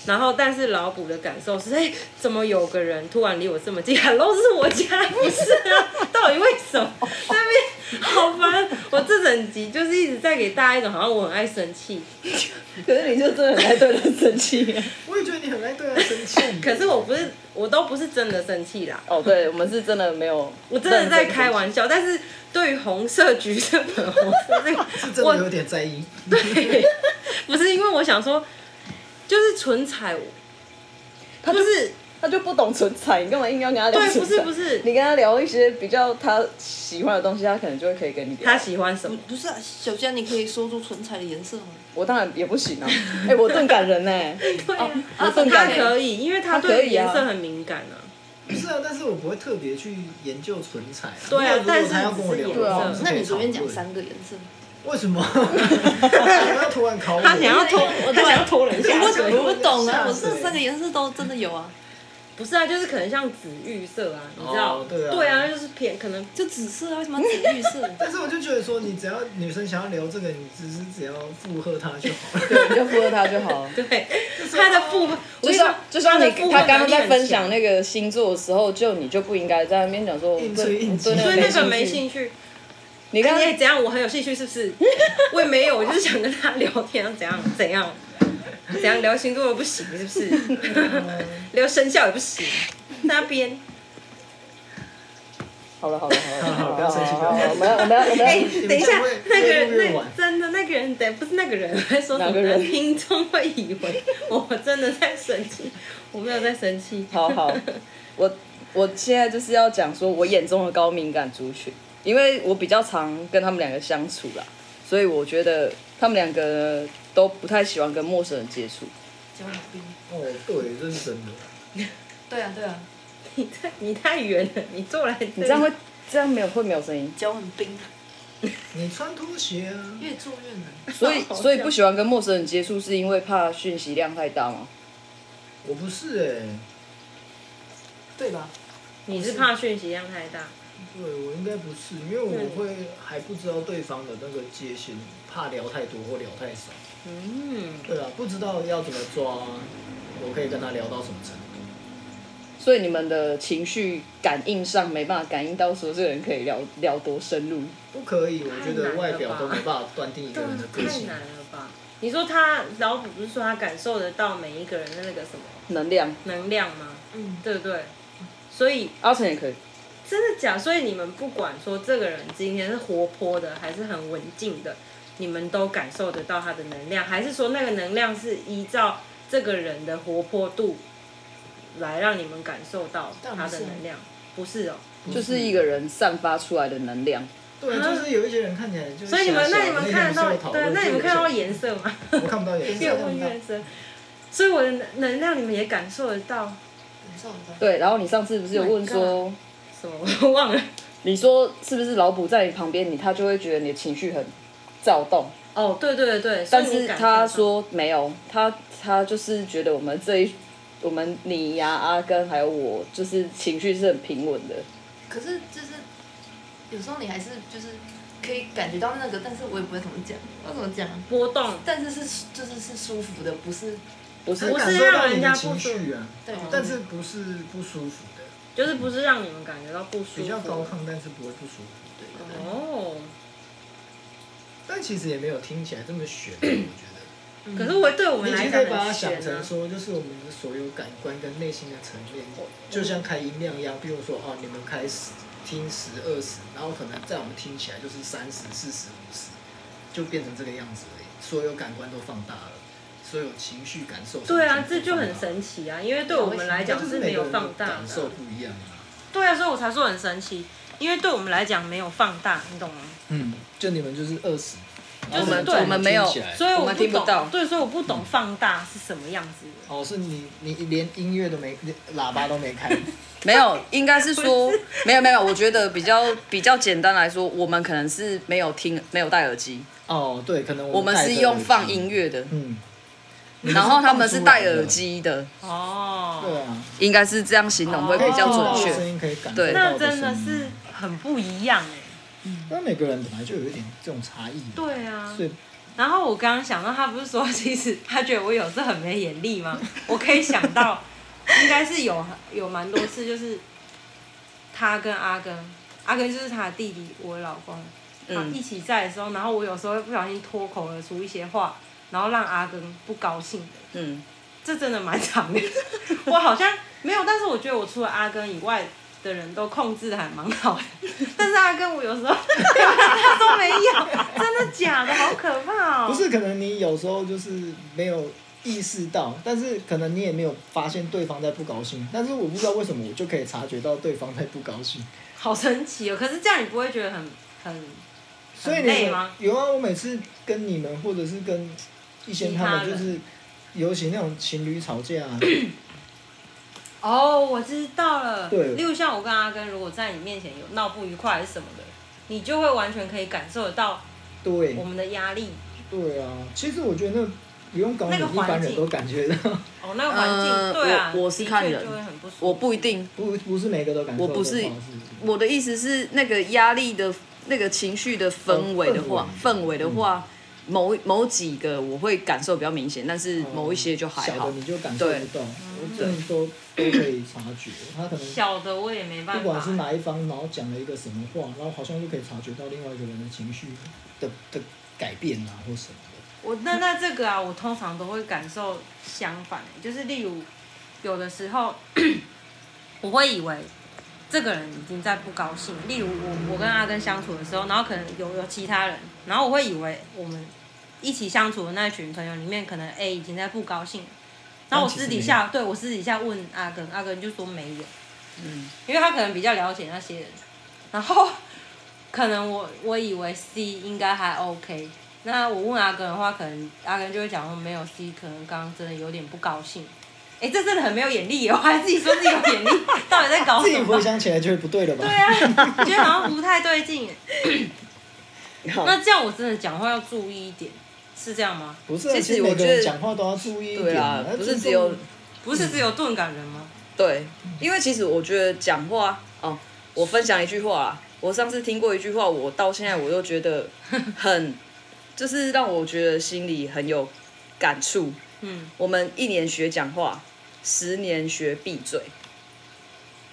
Speaker 2: 然后，但是老卜的感受是，哎、怎么有个人突然离我这么近？Hello，这是 我家，不是 啊？到底为什么？那边好烦！我这整集就是一直在给大家一种好像我很爱生气，
Speaker 1: 可是你就真的很爱对他生气。
Speaker 3: 我也觉得你很爱对他生气。
Speaker 2: 可是我不是，我都不是真的生气啦，
Speaker 1: 哦，对，我们是真的没有，
Speaker 2: 我真的在开玩笑。但是对于红色、橘色、粉红色这个，
Speaker 3: 是真
Speaker 2: 我
Speaker 3: 的有点在意。
Speaker 2: 不是因为我想说，就是纯彩，
Speaker 1: 他
Speaker 2: 不
Speaker 1: 就是
Speaker 2: 是
Speaker 1: 他就不懂存彩，你干嘛硬要跟他聊
Speaker 2: 对，
Speaker 1: 存
Speaker 2: 不是
Speaker 1: 彩
Speaker 2: 不是，
Speaker 1: 你跟他聊一些比较他喜欢的东西，他可能就会可以跟你聊
Speaker 2: 他。喜欢什
Speaker 4: 不
Speaker 2: 么？
Speaker 4: 不是啊，小佳，你可以说出唇彩的颜色吗？
Speaker 1: 我当然也不行啊， 哎、我更感人呢、
Speaker 2: 对啊，
Speaker 1: 我更
Speaker 2: 他
Speaker 1: 感人。
Speaker 2: 可以，因为
Speaker 1: 他
Speaker 2: 他
Speaker 1: 可
Speaker 2: 对
Speaker 1: 以啊
Speaker 2: 颜色很敏感啊。
Speaker 3: 不是啊，但是我不会特别去研究唇彩啊。
Speaker 2: 对啊
Speaker 3: 那如果
Speaker 2: 但是
Speaker 3: 他要跟我
Speaker 2: 只是
Speaker 3: 聊
Speaker 2: 对
Speaker 3: 的
Speaker 2: 啊
Speaker 3: 话，我们是
Speaker 4: 那
Speaker 3: 可以
Speaker 4: 你随便
Speaker 3: 讨
Speaker 4: 讲
Speaker 3: 论
Speaker 4: 三个颜色。
Speaker 3: 为什么？他突然考我？
Speaker 2: 他想要拖，
Speaker 4: 我
Speaker 2: 他想要拖人下
Speaker 4: 我
Speaker 2: 水。
Speaker 4: 我不懂啊，我这三个颜色都真的有啊，
Speaker 2: 不是啊，就是可能像紫玉色啊，你知道
Speaker 3: 哦？对啊
Speaker 2: 就是偏可能
Speaker 4: 就紫色啊，为什么要 紫绿色？
Speaker 3: 但是我就觉得说，你只要女生想要聊这个，你只是只要附和她就好了。
Speaker 1: 对， 你就附和他就好了。
Speaker 2: 对他的复合，我
Speaker 1: 就
Speaker 2: 跟你说
Speaker 1: 像就像你
Speaker 2: 的复合
Speaker 1: 他刚刚在
Speaker 2: 能力很
Speaker 1: 分享
Speaker 2: 强
Speaker 1: 那个星座的时候，就你就不应该在那边讲说，我
Speaker 3: 硬
Speaker 1: 对
Speaker 3: 吹硬
Speaker 1: 我对
Speaker 3: 挤
Speaker 2: 所以那个
Speaker 1: 没
Speaker 2: 没
Speaker 1: 兴趣。
Speaker 2: 兴趣。
Speaker 1: 你
Speaker 2: 你
Speaker 1: 刚
Speaker 2: 看
Speaker 1: 刚
Speaker 3: 哎
Speaker 2: 你怎样？我很有兴趣是不 是？我也没有，我就是想跟他聊天，怎样怎样怎样聊星座又不行是不
Speaker 3: 嗯
Speaker 2: 是？ 聊生肖也不行，那边。
Speaker 1: 好了好了好了，
Speaker 3: 好了不要生气
Speaker 1: 好
Speaker 3: 不要
Speaker 1: 了
Speaker 3: 生气
Speaker 1: 我们要我们要我们要。
Speaker 2: 哎、
Speaker 3: 啊你们
Speaker 2: 等一下
Speaker 3: 这样会，
Speaker 2: 那个人，
Speaker 3: 越录越
Speaker 2: 那
Speaker 3: 晚
Speaker 2: 真的那个人，对，不是那个人，我在说什
Speaker 1: 哪
Speaker 2: 么
Speaker 1: 个人
Speaker 2: 听众会以为我真的在生气，我没有在生气。
Speaker 1: 好好，我我现在就是要讲说我眼中的高敏感族群，因为我比较常跟他们两个相处啦，所以我觉得他们两个都不太喜欢跟陌生人接触。
Speaker 4: 交老兵。
Speaker 3: 哦，对，这是真的。
Speaker 4: 对啊对啊，
Speaker 2: 你太你太远了，你坐来这里，
Speaker 1: 你这样会这样没有会没有声音，
Speaker 4: 交很冰。
Speaker 3: 你穿拖鞋啊？
Speaker 4: 越做越难。
Speaker 1: 所以所以不喜欢跟陌生人接触，是因为怕讯息量太大吗？
Speaker 3: 我不是哎、
Speaker 4: 对吧？
Speaker 2: 你是怕讯息量太大，
Speaker 3: 对我应该不是，因为我会还不知道对方的那个界限，怕聊太多或聊太少。
Speaker 2: 嗯，
Speaker 3: 对啊，不知道要怎么抓，我可以跟他聊到什么程度。
Speaker 1: 所以你们的情绪感应上没办法感应到说这个人可以聊聊多深入。
Speaker 3: 不可以，我觉
Speaker 2: 太难
Speaker 3: 得
Speaker 2: 了
Speaker 3: 外表
Speaker 2: 吧
Speaker 3: 都没办法断定一个人的个
Speaker 2: 太
Speaker 3: 性。
Speaker 2: 难了吧？你说他老虎不是说他感受得到每一个人的那个什么
Speaker 1: 能量，
Speaker 2: 能量吗？
Speaker 4: 嗯，
Speaker 2: 对不对？所以
Speaker 1: 阿成也可以。
Speaker 2: 真的假？所以你们不管说这个人今天是活泼的，还是很文静的，你们都感受得到他的能量，还是说那个能量是依照这个人的活泼度来让你们感受到
Speaker 4: 但
Speaker 2: 他
Speaker 4: 不
Speaker 2: 的
Speaker 4: 是
Speaker 2: 能量？不是哦，
Speaker 3: 不
Speaker 1: 就是一个人散发出来的能量，
Speaker 3: 对，就是有一些人看起来就是。
Speaker 2: 所以你们那你们看得
Speaker 3: 那天我们是有
Speaker 2: 到
Speaker 3: 讨
Speaker 2: 对，
Speaker 3: 论
Speaker 2: 那
Speaker 3: 这
Speaker 2: 你们
Speaker 3: 个
Speaker 2: 看得到
Speaker 3: 事
Speaker 2: 颜色吗？
Speaker 3: 情我看不到颜
Speaker 2: 越
Speaker 3: 色。
Speaker 2: 问越深，所以我的能量你们也感受得到，
Speaker 4: 感受得到。
Speaker 1: 对。然后你上次不是有问说
Speaker 2: Oh 什么 我忘了。
Speaker 1: 你说是不是老卜在你旁边，你他就会觉得你的情绪很躁动，
Speaker 2: 哦，对对对对，
Speaker 1: 但
Speaker 2: 所以你
Speaker 1: 是
Speaker 2: 感受
Speaker 1: 他
Speaker 2: 到
Speaker 1: 说没有，他他就是觉得我们这一我们你呀、阿根还有我，就是情绪是很平稳的。
Speaker 4: 可是就是有时候你还是就是可以感觉到那个，但是我也不会怎么讲，要怎么讲啊？
Speaker 2: 波动，
Speaker 4: 但是是就是是舒服的，不是
Speaker 1: 不
Speaker 3: 他
Speaker 1: 是
Speaker 2: 不
Speaker 3: 感
Speaker 2: 是
Speaker 3: 受到
Speaker 2: 让人
Speaker 3: 你
Speaker 2: 家
Speaker 3: 的
Speaker 2: 不
Speaker 3: 情绪啊，
Speaker 4: 对吗？
Speaker 3: 但是不是不舒服的，
Speaker 2: 就是不是让你们感觉到不舒服，
Speaker 3: 比较高亢，但是不会不舒服。
Speaker 4: 对对对
Speaker 2: 哦。
Speaker 3: 但其实也没有听起来这么悬，我觉得。
Speaker 4: 嗯
Speaker 2: 可是我对我们
Speaker 3: 你
Speaker 2: 来
Speaker 3: 其实
Speaker 2: 讲
Speaker 3: 可以把它
Speaker 2: 很
Speaker 3: 想
Speaker 2: 悬
Speaker 3: 成
Speaker 2: 啊，
Speaker 3: 说，就是我们的所有感官跟内心的层面，
Speaker 2: 哦
Speaker 3: 就像开音量一样。比如说，哦，你们开始听十、二十，然后可能在我们听起来就是三十、四十、五十，就变成这个样子而已。所有感官都放大了，所有情绪感受。
Speaker 2: 对啊，这就很神奇啊，因为对我们来
Speaker 3: 但
Speaker 2: 讲
Speaker 3: 就是
Speaker 2: 没
Speaker 3: 每个
Speaker 2: 有
Speaker 3: 人
Speaker 2: 放
Speaker 3: 的
Speaker 2: 大的
Speaker 3: 感受
Speaker 2: 啊，
Speaker 3: 不一样啊。
Speaker 2: 对啊，所以我才说很神奇，因为对我们来讲没有放大，你懂吗？
Speaker 3: 嗯，就你们就是二十，
Speaker 2: 就是
Speaker 3: 然后可能
Speaker 2: 对
Speaker 3: 在
Speaker 2: 我
Speaker 1: 们没有
Speaker 3: 听起来
Speaker 2: 所以
Speaker 1: 哎我
Speaker 2: 不
Speaker 1: 们
Speaker 2: 懂，
Speaker 1: 听不到
Speaker 2: 对，所以我不懂放大是什么样子的。
Speaker 3: 哦，是你你连音乐都没，喇叭都没 开。
Speaker 1: 没有，应该是说没有没有。我觉得比较比较简单来说，我们可能是没有听没有戴耳机，
Speaker 3: 哦，对，可能
Speaker 1: 我们
Speaker 3: 戴
Speaker 1: 是
Speaker 3: 着
Speaker 1: 用
Speaker 3: 耳机
Speaker 1: 放音，乐的，
Speaker 3: 嗯，
Speaker 1: 然后他们是戴耳机的，
Speaker 2: 哦，
Speaker 3: 对啊，
Speaker 1: 应该是这样形容会比较准
Speaker 3: 可以听到的声
Speaker 1: 确。
Speaker 3: 音可以感受
Speaker 1: 对
Speaker 2: 那真
Speaker 3: 到的
Speaker 2: 的
Speaker 3: 声音
Speaker 2: 是，很不一样哎。
Speaker 3: 那每个人本来就有一点这种差异，
Speaker 2: 对啊，
Speaker 3: 所以
Speaker 2: 然后我刚刚想到，他不是说其实他觉得我有时候很没眼力吗？ 我可以想到，应该是有有蛮多次，就是他跟阿根，阿根就是他的弟弟，我的老公，他
Speaker 1: 嗯
Speaker 2: 一起在的时候，然后我有时候会不小心脱口而出一些话，然后让阿根不高兴的，
Speaker 1: 嗯，
Speaker 2: 这真的蛮长的。 我好像没有，但是我觉得我除了阿根以外的人都控制的还蛮好的，但是阿根我有时候 他都没有，真的假的？好可怕哦！
Speaker 3: 不是可能你有时候就是没有意识到，但是可能你也没有发现对方在不高兴，但是我不知道为什么我就可以察觉到对方在不高兴，
Speaker 2: 好神奇哦！可是这样你不会觉得很很
Speaker 3: 所以
Speaker 2: 很
Speaker 3: 你
Speaker 2: 累
Speaker 3: 们
Speaker 2: 吗
Speaker 3: 有啊，我每次跟你们或者是跟一些他们
Speaker 2: 其他
Speaker 3: 就
Speaker 2: 人
Speaker 3: 是。尤其那种情侣吵 架、啊，
Speaker 2: 哦？我知道了。
Speaker 3: 对
Speaker 2: 例如像我跟阿根，如果在你面前有闹不愉快还是什么的，你就会完全可以感受得到
Speaker 3: 对
Speaker 2: 我们的压力。
Speaker 3: 对啊，其实我觉得那不用搞，你
Speaker 2: 那个
Speaker 3: 一般
Speaker 2: 环境
Speaker 3: 人都感觉到，
Speaker 2: 哦，那个环境，
Speaker 1: 呃
Speaker 2: 对啊，
Speaker 1: 我我是看人
Speaker 2: 的确就会很不舒服。
Speaker 1: 我不一定，
Speaker 3: 不不是每个都感受
Speaker 1: 我
Speaker 3: 得到。
Speaker 1: 不是
Speaker 3: 是
Speaker 1: 我的意思是，那个压力的那个情绪的氛围的话，
Speaker 3: 哦
Speaker 1: 氛围的话，某某几个我会感受比较明显，但是某一些就还
Speaker 3: 小
Speaker 1: 好
Speaker 3: 的。你就感受不到，我真的都都可以察觉。他可能
Speaker 2: 小的我也没办法。
Speaker 3: 不管是哪一方，然后讲了一个什么话，然后好像就可以察觉到另外一个人的情绪的的改变啊，或什么的。
Speaker 2: 我那那这个啊，我通常都会感受相反、欸就是例如有的时候我会以为这个人已经在不高兴，例如我我跟阿根相处的时候，然后可能有有其他人，然后我会以为我们一起相处的那群朋友里面，可能 A 已经在不高兴了，然后我私底下对我私底下问阿根，阿根就说没有，
Speaker 1: 嗯，
Speaker 2: 因为他可能比较了解那些人，然后可能我我以为 C 应该还 OK，那我问阿根的话，可能阿根就会讲说没有 C，可能刚刚真的有点不高兴。哎、这真的很没有眼力耶，我 还自己说自己有眼力， 到底在
Speaker 1: 哦
Speaker 2: 搞
Speaker 3: 自
Speaker 2: 什
Speaker 3: 己
Speaker 2: 么
Speaker 1: 啊
Speaker 3: 回？想起来就会不对了吧？
Speaker 2: 对啊，觉得好像不太对劲耶。
Speaker 1: 好
Speaker 2: 那这样我真的讲话要注意一点，是这样吗？
Speaker 3: 不是啊，
Speaker 1: 其
Speaker 3: 其
Speaker 1: 实
Speaker 3: 实每
Speaker 1: 我
Speaker 3: 个
Speaker 1: 觉得
Speaker 3: 人讲话都要注意一
Speaker 1: 对
Speaker 3: 点
Speaker 1: 啦
Speaker 3: 啊，，
Speaker 1: 不
Speaker 3: 尊
Speaker 1: 是
Speaker 3: 重
Speaker 1: 只有
Speaker 2: 不是只有钝感人吗？
Speaker 1: 对，因为其实我觉得讲话哦，我分享一句话啦，我上次听过一句话，我到现在我都觉 得很，就是让我觉得心里很有感触。
Speaker 2: 嗯，
Speaker 1: 我们一年学讲话，十年学闭嘴。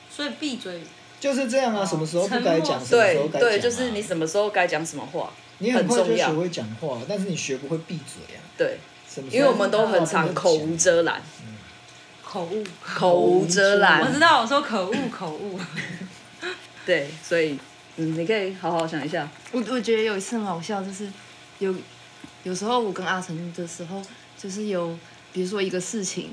Speaker 2: 所以闭嘴。
Speaker 3: 就是这样啊，什么时候不该讲，什么时
Speaker 1: 对
Speaker 3: 候该讲啊，
Speaker 1: 对，就是你什么时候该讲什么话。
Speaker 3: 你很快就
Speaker 1: 很重
Speaker 3: 学
Speaker 1: 要
Speaker 3: 会讲话，但是你学不会闭嘴啊。
Speaker 1: 对，
Speaker 3: 什么时候
Speaker 1: 因为我们都很
Speaker 3: 话
Speaker 1: 常
Speaker 3: 不能
Speaker 1: 口
Speaker 3: 讲
Speaker 1: 无遮拦，
Speaker 2: 口误，
Speaker 1: 口无遮
Speaker 2: 我知
Speaker 1: 拦。
Speaker 2: 道，我说口误，口误。
Speaker 1: 对，所以嗯，你可以好好想一下。
Speaker 4: 我我觉得有一次很好笑，就是有有时候我跟阿成的时候，就是有比如说一个事情，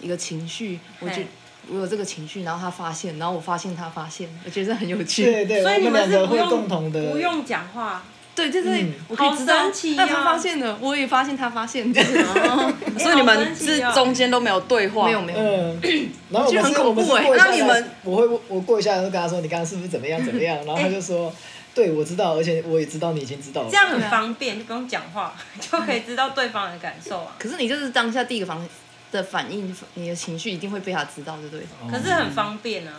Speaker 4: 一个情绪，我就
Speaker 2: 嘿
Speaker 4: 我有这个情绪，然后他发现，然后我发现他发现，我觉得这很有趣。
Speaker 3: 对对，
Speaker 2: 所以你
Speaker 3: 我们两
Speaker 2: 是
Speaker 3: 个
Speaker 2: 不
Speaker 3: 会
Speaker 2: 用
Speaker 3: 共同的
Speaker 2: 不用讲话，
Speaker 4: 对对对，
Speaker 3: 嗯
Speaker 4: 我可以知道，
Speaker 2: 好神奇
Speaker 4: 那
Speaker 2: 呀
Speaker 4: 他发现了，我也发现他发 现，就是
Speaker 2: 哎
Speaker 1: 所以你
Speaker 2: 好
Speaker 1: 们
Speaker 2: 神奇
Speaker 1: 是
Speaker 2: 哦
Speaker 1: 中间都没有对话，
Speaker 4: 没有没有，
Speaker 3: 嗯， 然后我
Speaker 4: 这
Speaker 3: 们
Speaker 4: 很
Speaker 3: 是，
Speaker 4: 恐
Speaker 3: 我们是
Speaker 4: 怖
Speaker 3: 过
Speaker 4: 欸
Speaker 3: 一下
Speaker 1: 那你
Speaker 3: 来
Speaker 1: 们
Speaker 3: 我会我过一下来就跟他说，你刚刚是不是怎么样怎么样？然后他就说，对，我知道，而且我也知道你已经知道了
Speaker 2: 这。样很方便，就不用讲话，就可以知道对方的感受啊。
Speaker 4: 可是你就是当下第一个反的反应，你的情绪一定会被他知道，对不对？
Speaker 3: 哦
Speaker 2: 可是很方便啊，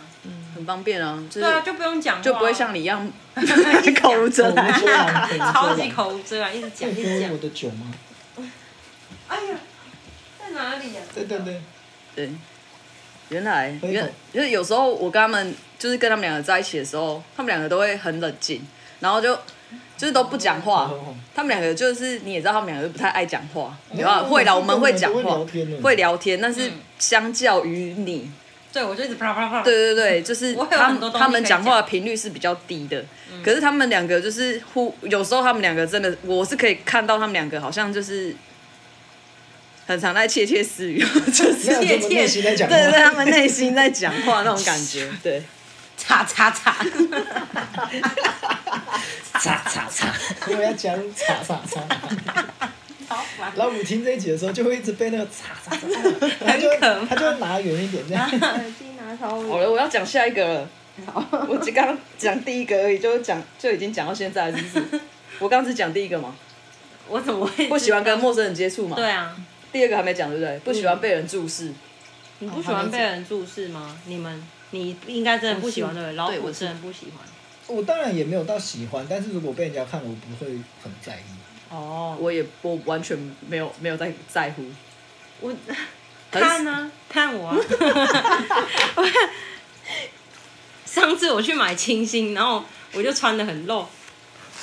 Speaker 1: 很方便啊，就
Speaker 2: 对啊，
Speaker 1: 是
Speaker 2: 就不用讲话啊，
Speaker 1: 就不会像你一 样
Speaker 2: 一直讲
Speaker 1: 口无遮
Speaker 3: 口
Speaker 1: 拦
Speaker 3: 无。遮拦，口无遮拦
Speaker 2: 超级。口无遮拦，一直
Speaker 3: 可
Speaker 2: 讲
Speaker 3: 以
Speaker 2: 一直
Speaker 3: 给
Speaker 2: 讲
Speaker 3: 我。的酒吗？
Speaker 2: 哎呀，在哪里啊呀？
Speaker 3: 对对对，
Speaker 1: 对，原来
Speaker 3: 回头
Speaker 1: 原就是有时候我跟他们就是跟他们两个在一起的时候，他们两个都会很冷静，然后就就是都不讲话
Speaker 3: 哦。
Speaker 1: 他们两个就是你也知道，他们两个就不太爱讲话，
Speaker 3: 嗯
Speaker 1: 有啊，会啦，我们会讲
Speaker 3: 我们
Speaker 1: 话
Speaker 3: 都会聊天的，
Speaker 1: 会聊天，但是
Speaker 2: 嗯
Speaker 1: 相较于你，
Speaker 2: 对，我就一直啪啪啪。
Speaker 1: 对对对，就是
Speaker 2: 我有
Speaker 1: 他
Speaker 2: 很
Speaker 1: 们
Speaker 2: 多东西
Speaker 1: 他们
Speaker 2: 可以
Speaker 1: 讲
Speaker 2: 讲嗯
Speaker 1: 话的频率是比较低的，可是他们两个就是互，有时候他们两个真的，我是可以看到他们两个好像就是很常在窃窃私语， 就是
Speaker 3: 没有
Speaker 1: 窃
Speaker 3: 这么
Speaker 1: 窃。
Speaker 3: 内心在讲话。
Speaker 1: 对对，他们内心在讲话那种感 觉，对，
Speaker 2: 叉叉叉，
Speaker 3: 叉叉 叉，我要加入叉叉叉。
Speaker 2: 好烦。
Speaker 3: 老母听这一集的时候，就会一直被那个叉叉叉， 他就
Speaker 2: 很可怕
Speaker 3: 他就会拿远一点这 样。
Speaker 2: 耳机拿超
Speaker 1: 好了，我要讲下一个了。好，我只刚刚讲第一个而已，就讲就已经讲到现在了，是不是？我刚刚只讲第一个 嘛，
Speaker 2: 我怎么会
Speaker 1: 不喜欢跟陌生人接触嘛。
Speaker 2: 对。嗯啊，
Speaker 1: 第二个还没讲，对不对？不喜欢被人注视。
Speaker 2: 你不喜
Speaker 1: 哦
Speaker 2: 欢被人注视吗？你们，你应该真的不喜欢对不对？老
Speaker 4: 对
Speaker 2: 虎
Speaker 4: 我是
Speaker 2: 真的不喜欢。
Speaker 3: 我当然也没有到喜欢，但是如果被人家看，我不会很在意。
Speaker 2: 哦，
Speaker 1: 我也我完全没有没有在在乎，
Speaker 2: 我
Speaker 1: 很
Speaker 2: 看啊，看我啊。上次我去买清新，然后我就穿的很露，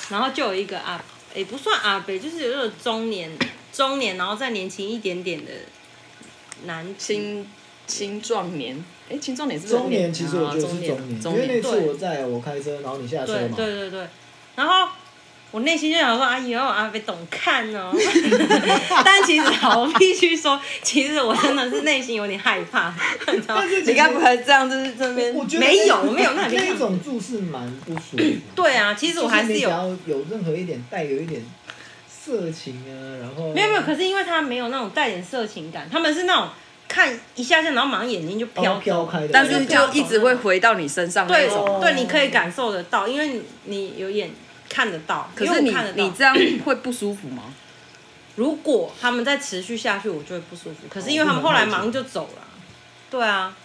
Speaker 2: 然后就有一个阿，也、不算阿伯，就是有那种中年中年，然后再年轻一点点的男子
Speaker 1: 青青壮年，哎、青壮年是不是啊
Speaker 3: 中年其实我觉得是
Speaker 1: 中
Speaker 3: 中年，
Speaker 1: 中
Speaker 3: 因为那
Speaker 1: 年
Speaker 3: 次我在我开车，然后你下车
Speaker 2: 对
Speaker 3: 嘛，
Speaker 2: 对对对，然后我内心就想说：“哎呦，阿北懂看哦。”但其实好我必须说，其实我真的是内心有点害怕，你知道吗
Speaker 3: 但是其实
Speaker 1: 你该不会这样，就是这边
Speaker 3: 我觉得
Speaker 2: 没有没有那
Speaker 3: 那
Speaker 2: 里看
Speaker 3: 一种注视蛮不舒服。
Speaker 2: 对啊，其实我还
Speaker 3: 就是你只
Speaker 2: 有
Speaker 3: 要有任何一点带有一点色情啊，然后
Speaker 2: 没有没有，可是因为他没有那种带点色情感，他们是那种看一下下，然后马上眼睛就
Speaker 3: 飘
Speaker 2: 飘
Speaker 3: 飘
Speaker 2: 走
Speaker 3: 开的，
Speaker 1: 但是就一直会回到你身上哦那
Speaker 2: 对
Speaker 3: 哦
Speaker 1: 种。
Speaker 2: 对，你可以感受得到，因为你你有眼看得到，
Speaker 1: 可
Speaker 2: 因为
Speaker 1: 是
Speaker 2: 我
Speaker 1: 你
Speaker 2: 看得到
Speaker 1: 你这样会不舒服吗？
Speaker 2: 如果他们再持续下去，我就会不舒服。
Speaker 1: 哦
Speaker 2: 可是因为他们后来马上就走了，对啊。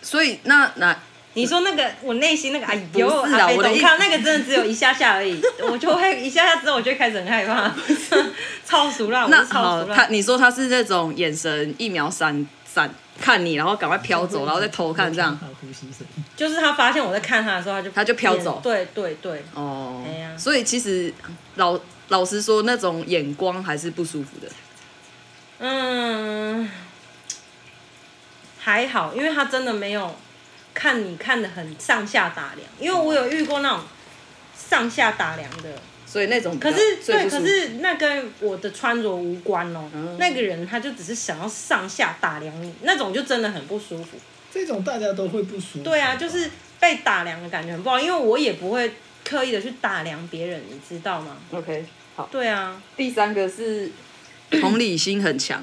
Speaker 1: 所以那那
Speaker 2: 你说那个，我内心那个哎
Speaker 1: 不是
Speaker 2: 呦，
Speaker 1: 啊
Speaker 2: 阿北
Speaker 1: 我的
Speaker 2: 懂
Speaker 1: 意
Speaker 2: 看那个真的只有一下下而 已，我就会一下下之后我就会开始很害怕， 超熟辣，我
Speaker 1: 那
Speaker 2: 是超
Speaker 1: 好，
Speaker 2: 熟
Speaker 1: 他
Speaker 2: 辣。
Speaker 1: 你说他是那种眼神一秒闪闪看你，然后赶快飘
Speaker 2: 嗯
Speaker 1: 走，然后再偷看这样。
Speaker 3: 呼吸声，
Speaker 2: 就是他发现我在看他的时候，他就
Speaker 1: 他就飘走
Speaker 2: 对对对，
Speaker 1: 哦
Speaker 2: 哎呀，
Speaker 1: 所以其实老老实说，那种眼光还是不舒服的。
Speaker 2: 嗯，还好，因为他真的没有看你看的很上下打量，因为我有遇过那种上下打量的，
Speaker 1: 嗯所以那种比较
Speaker 2: 可是
Speaker 1: 最
Speaker 2: 对，
Speaker 1: 不舒
Speaker 2: 可
Speaker 1: 服
Speaker 2: 是那跟我的穿着无关哦、
Speaker 1: 嗯
Speaker 2: 那个人他就只是想要上下打量你，那种就真的很不舒服。
Speaker 3: 这种大家都会不舒服。
Speaker 2: 对啊，就是被打量的感觉很不好，因为我也不会刻意的去打量别人，你知道吗？
Speaker 1: OK 好。
Speaker 2: 对啊，
Speaker 1: 第三个 是同理心很强，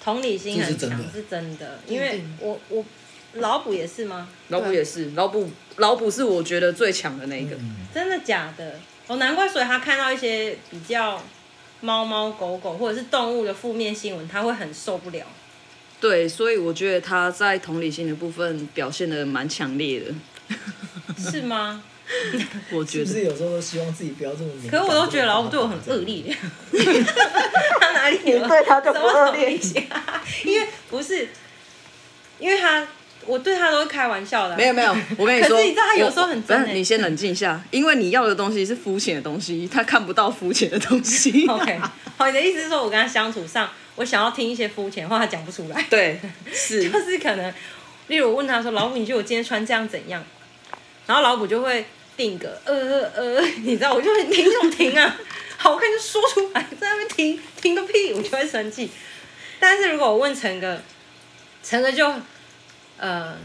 Speaker 2: 同理心
Speaker 3: 这是
Speaker 2: 很
Speaker 3: 真
Speaker 2: 强
Speaker 3: 的
Speaker 2: 是真的，因为
Speaker 4: 嗯
Speaker 2: 我我老虎也是吗？
Speaker 1: 老虎也是，老虎老虎是我觉得最强的那一个。
Speaker 3: 嗯
Speaker 2: 真的假的？哦，难怪，所以他看到一些比较猫猫狗狗或者是动物的负面新闻，他会很受 不了。
Speaker 1: 对，所以我觉得他在同理心的部分表现的蛮强烈的，
Speaker 2: 是吗？
Speaker 1: 我觉
Speaker 3: 是不
Speaker 1: 得
Speaker 3: 是有时候都希望自己不要这么敏
Speaker 2: 可
Speaker 3: 感？
Speaker 2: 是我都觉得老虎对我很恶劣，他哪里有？
Speaker 5: 你对他就不恶劣
Speaker 2: 怎么好意思因为不是，因为他我对他都是开玩笑的啊、
Speaker 1: 没有 没有，我跟你说，
Speaker 2: 可是你知道他有时候很真
Speaker 1: 不
Speaker 2: 欸
Speaker 1: 是你先冷静一下，因为你要的东西是肤浅的东西，他看不到肤浅的东西。
Speaker 2: OK，好，你的意思是说我跟他相处上，我想要听一些肤浅话，他讲不出 来。
Speaker 1: 对，是
Speaker 2: 就是可能，例如我问他说：“老虎，你觉得我今天穿这样怎样？”然后老虎就会定个呃呃 呃，你知道，我就会停什么停啊？好看就说出来，在那边停停个屁，我就会生气。但是如果我问陈哥，陈哥就呃，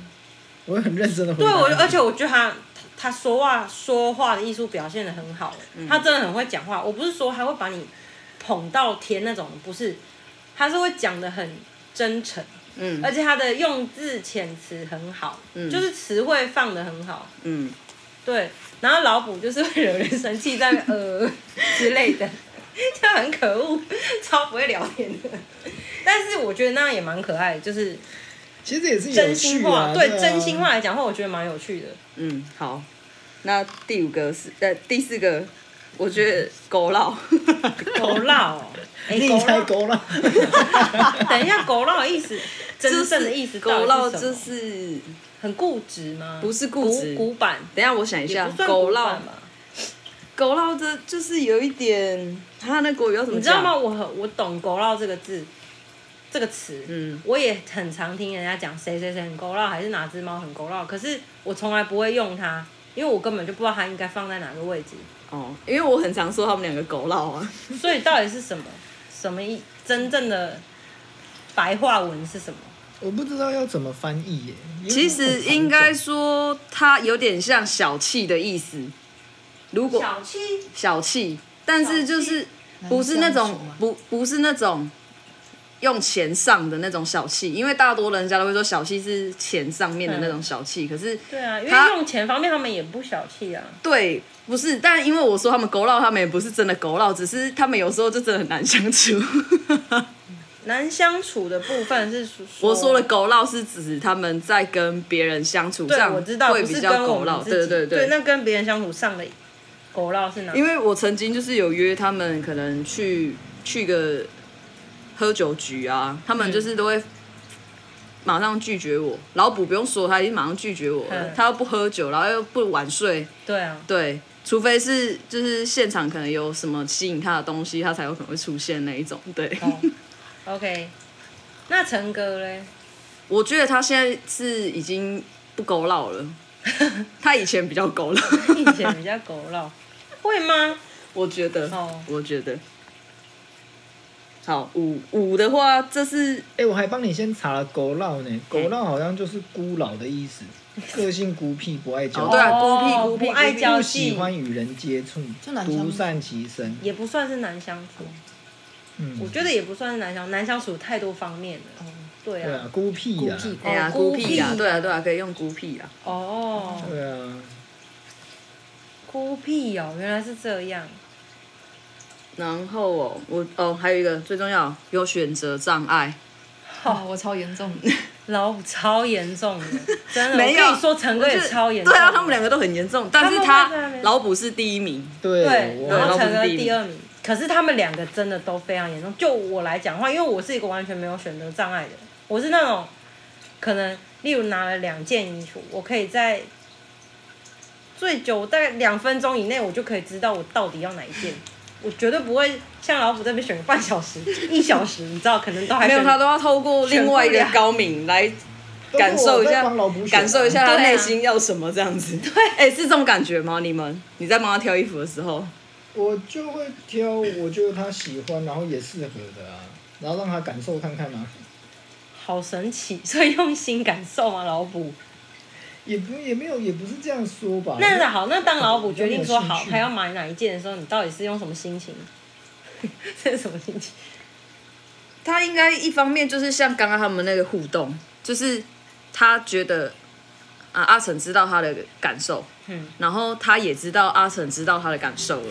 Speaker 3: 我会很认真的回
Speaker 2: 对
Speaker 3: 答。
Speaker 2: 我，而且我觉得他他说话说话的艺术表现的很好，
Speaker 3: 嗯
Speaker 2: 他真的很会讲话。我不是说他会把你捧到天那种，不是，他是会讲的很真诚。
Speaker 1: 嗯
Speaker 2: 而且他的用字遣词很好，
Speaker 1: 嗯
Speaker 2: 就是词汇放的很好，
Speaker 1: 嗯，
Speaker 2: 对。然后老虎就是会惹人生气，在那边 呃之类的，这样很可恶，超不会聊天的。但是我觉得那样也蛮可爱的，就是
Speaker 3: 其实也是有
Speaker 2: 真
Speaker 3: 趣
Speaker 2: 心
Speaker 3: 啊
Speaker 2: 话，
Speaker 3: 对
Speaker 2: 对
Speaker 3: 啊，
Speaker 2: 真心话来讲话，我觉得蛮有趣的。
Speaker 1: 嗯，好，那第五个是呃第四个，我觉得狗闹，
Speaker 2: 狗闹、 哦，哎、
Speaker 3: 你
Speaker 2: 狗
Speaker 3: 才
Speaker 2: 闹，
Speaker 3: 狗了，
Speaker 2: 等一下，狗闹的意思，真正的意思到
Speaker 1: 狗
Speaker 2: 底
Speaker 1: 闹
Speaker 2: 是什
Speaker 1: 就
Speaker 2: 么
Speaker 1: 是，
Speaker 2: 很固执吗？
Speaker 1: 不是固执
Speaker 2: 古古板，
Speaker 1: 等一下我想一
Speaker 2: 也
Speaker 1: 下
Speaker 2: 不，算
Speaker 1: 狗
Speaker 2: 古
Speaker 1: 闹
Speaker 2: 板，吧。
Speaker 1: 狗闹这就是有一点，他那国语要怎么
Speaker 2: 你知道
Speaker 1: 讲？
Speaker 2: 吗？我很我懂“狗绕”这个字，这个词，
Speaker 1: 嗯
Speaker 2: 我也很常听人家讲谁谁谁很狗绕，还是哪只猫很狗绕，可是我从来不会用它，因为我根本就不知道它应该放在哪个位置，
Speaker 1: 哦，因为我很常说他们两个狗闹啊，
Speaker 2: 所以到底是什么什么意？真正的白话文是什么？
Speaker 3: 我不知道要怎么翻译耶。因为
Speaker 1: 其实应该说它有点像小气的意思，如果
Speaker 2: 气，
Speaker 1: 小气，但是就是不是那
Speaker 4: 难相
Speaker 1: 种
Speaker 4: 处吗
Speaker 1: 不不是那种用钱上的那种小气，因为大多人家都会说小气是钱上面的那种小气，可是
Speaker 2: 对啊，因为
Speaker 1: 它
Speaker 2: 用钱方面他们也不小气啊。
Speaker 1: 对不是，但因为我说他们狗闹，他们也不是真的狗闹，只是他们有时候就真的很难相 处。
Speaker 2: 难相处的部分是说，
Speaker 1: 我说的狗闹是指他们在跟别人相处
Speaker 2: 对，
Speaker 1: 上
Speaker 2: 我知道，
Speaker 1: 会
Speaker 2: 不
Speaker 1: 比
Speaker 2: 是
Speaker 1: 较
Speaker 2: 跟我
Speaker 1: 狗
Speaker 2: 们
Speaker 1: 闹，
Speaker 2: 自
Speaker 1: 对
Speaker 2: 己
Speaker 1: 对
Speaker 2: 对，那跟别人相处上的狗绕是哪？
Speaker 1: 因为我曾经就是有约他们，可能去去个喝酒局啊，他们就是都
Speaker 2: 嗯
Speaker 1: 会马上拒绝我。老卜不用说，他已经马上拒绝我了。
Speaker 2: 嗯
Speaker 1: 他又不喝酒，然后又不晚睡，
Speaker 2: 对啊，
Speaker 1: 对，除非是就是现场可能有什么吸引他的东西，他才有可能会出现那一种。对，
Speaker 2: 哦 OK，那陈哥嘞？
Speaker 1: 我觉得他现在是已经不狗老 了，他以前比较狗老，
Speaker 2: 以前比较狗闹， 会吗？
Speaker 1: 我觉得，
Speaker 2: 哦
Speaker 1: 我觉得。好，五五的话，这是
Speaker 3: 哎、我还帮你先查了狗闹
Speaker 1: 嗯
Speaker 3: 呢，狗闹好像就是孤老的 意思，个性孤僻，不爱交
Speaker 1: 哦对
Speaker 3: 际，
Speaker 1: 啊孤僻
Speaker 2: 哦
Speaker 1: 孤僻
Speaker 2: 不爱交
Speaker 3: 不喜
Speaker 2: 际，
Speaker 3: 欢与人接触
Speaker 4: 就懒，相
Speaker 3: 独善其身。
Speaker 2: 也不算是难相处。
Speaker 3: 嗯，
Speaker 2: 我觉得也不算是难相处，难相处太多方面了。
Speaker 1: 哦
Speaker 2: 对
Speaker 3: 对
Speaker 2: 啊，
Speaker 3: 啊，孤僻呀、
Speaker 4: 孤僻
Speaker 1: 哎呀，
Speaker 2: 哦
Speaker 1: 孤
Speaker 2: 孤
Speaker 1: 僻啊，
Speaker 2: 僻
Speaker 1: 对啊，对啊，可以用孤僻啊。
Speaker 2: 哦，
Speaker 3: 对啊，
Speaker 2: 孤僻哦，原来是这样。
Speaker 1: 然后哦，我哦，还有一个最重要，有选择障碍。
Speaker 4: 哦，我超严重，
Speaker 2: 老虎超严重的，真的，
Speaker 1: 没有
Speaker 2: 我跟你说，陈哥也
Speaker 1: 我觉得
Speaker 2: 超严重。
Speaker 1: 对啊，他们两个都很严重，但是他
Speaker 2: 他们会在那边
Speaker 1: 老卜是第一名，
Speaker 3: 对，
Speaker 2: 对，
Speaker 3: 我
Speaker 2: 然后
Speaker 1: 对
Speaker 2: 陈
Speaker 1: 老
Speaker 2: 哥
Speaker 1: 虎是第一
Speaker 2: 第二名。可是他们两个真的都非常严重。就我来讲的话，因为我是一个完全没有选择障碍的人，我是那种可能，例如拿了两件衣服，我可以在最久大概两分钟以内，我就可以知道我到底要哪一件。我绝对不会像老虎这边选个半小时、一小时，你知道，可能都还
Speaker 1: 没有
Speaker 2: 选
Speaker 1: 他都要透过另外一个
Speaker 2: 选不了
Speaker 1: 高敏来
Speaker 3: 都是
Speaker 1: 感受
Speaker 3: 我
Speaker 1: 一
Speaker 3: 在
Speaker 1: 下
Speaker 3: 帮老虎选
Speaker 1: 感受一下他
Speaker 2: 对啊
Speaker 1: 内心要什么这样子。 对，哎，是这种感觉吗？你们你在帮他挑衣服的时候，
Speaker 3: 我就会挑我觉得他喜欢，然后也适合的啊，然后让他感受看看啊，
Speaker 2: 好神奇，所以用心感受嘛，老虎。
Speaker 3: 也不也没有也不是这样说吧。
Speaker 2: 那那好，那当老虎决定说
Speaker 3: 有
Speaker 2: 好
Speaker 3: 兴趣
Speaker 2: 他要买哪一件的时候，你到底是用什么心情？ 这是什么心情？
Speaker 1: 他应该一方面就是像刚刚他们那个互动，就是他觉得啊，阿成知道他的感受，
Speaker 2: 嗯
Speaker 1: 然后他也知道阿成知道他的感受了，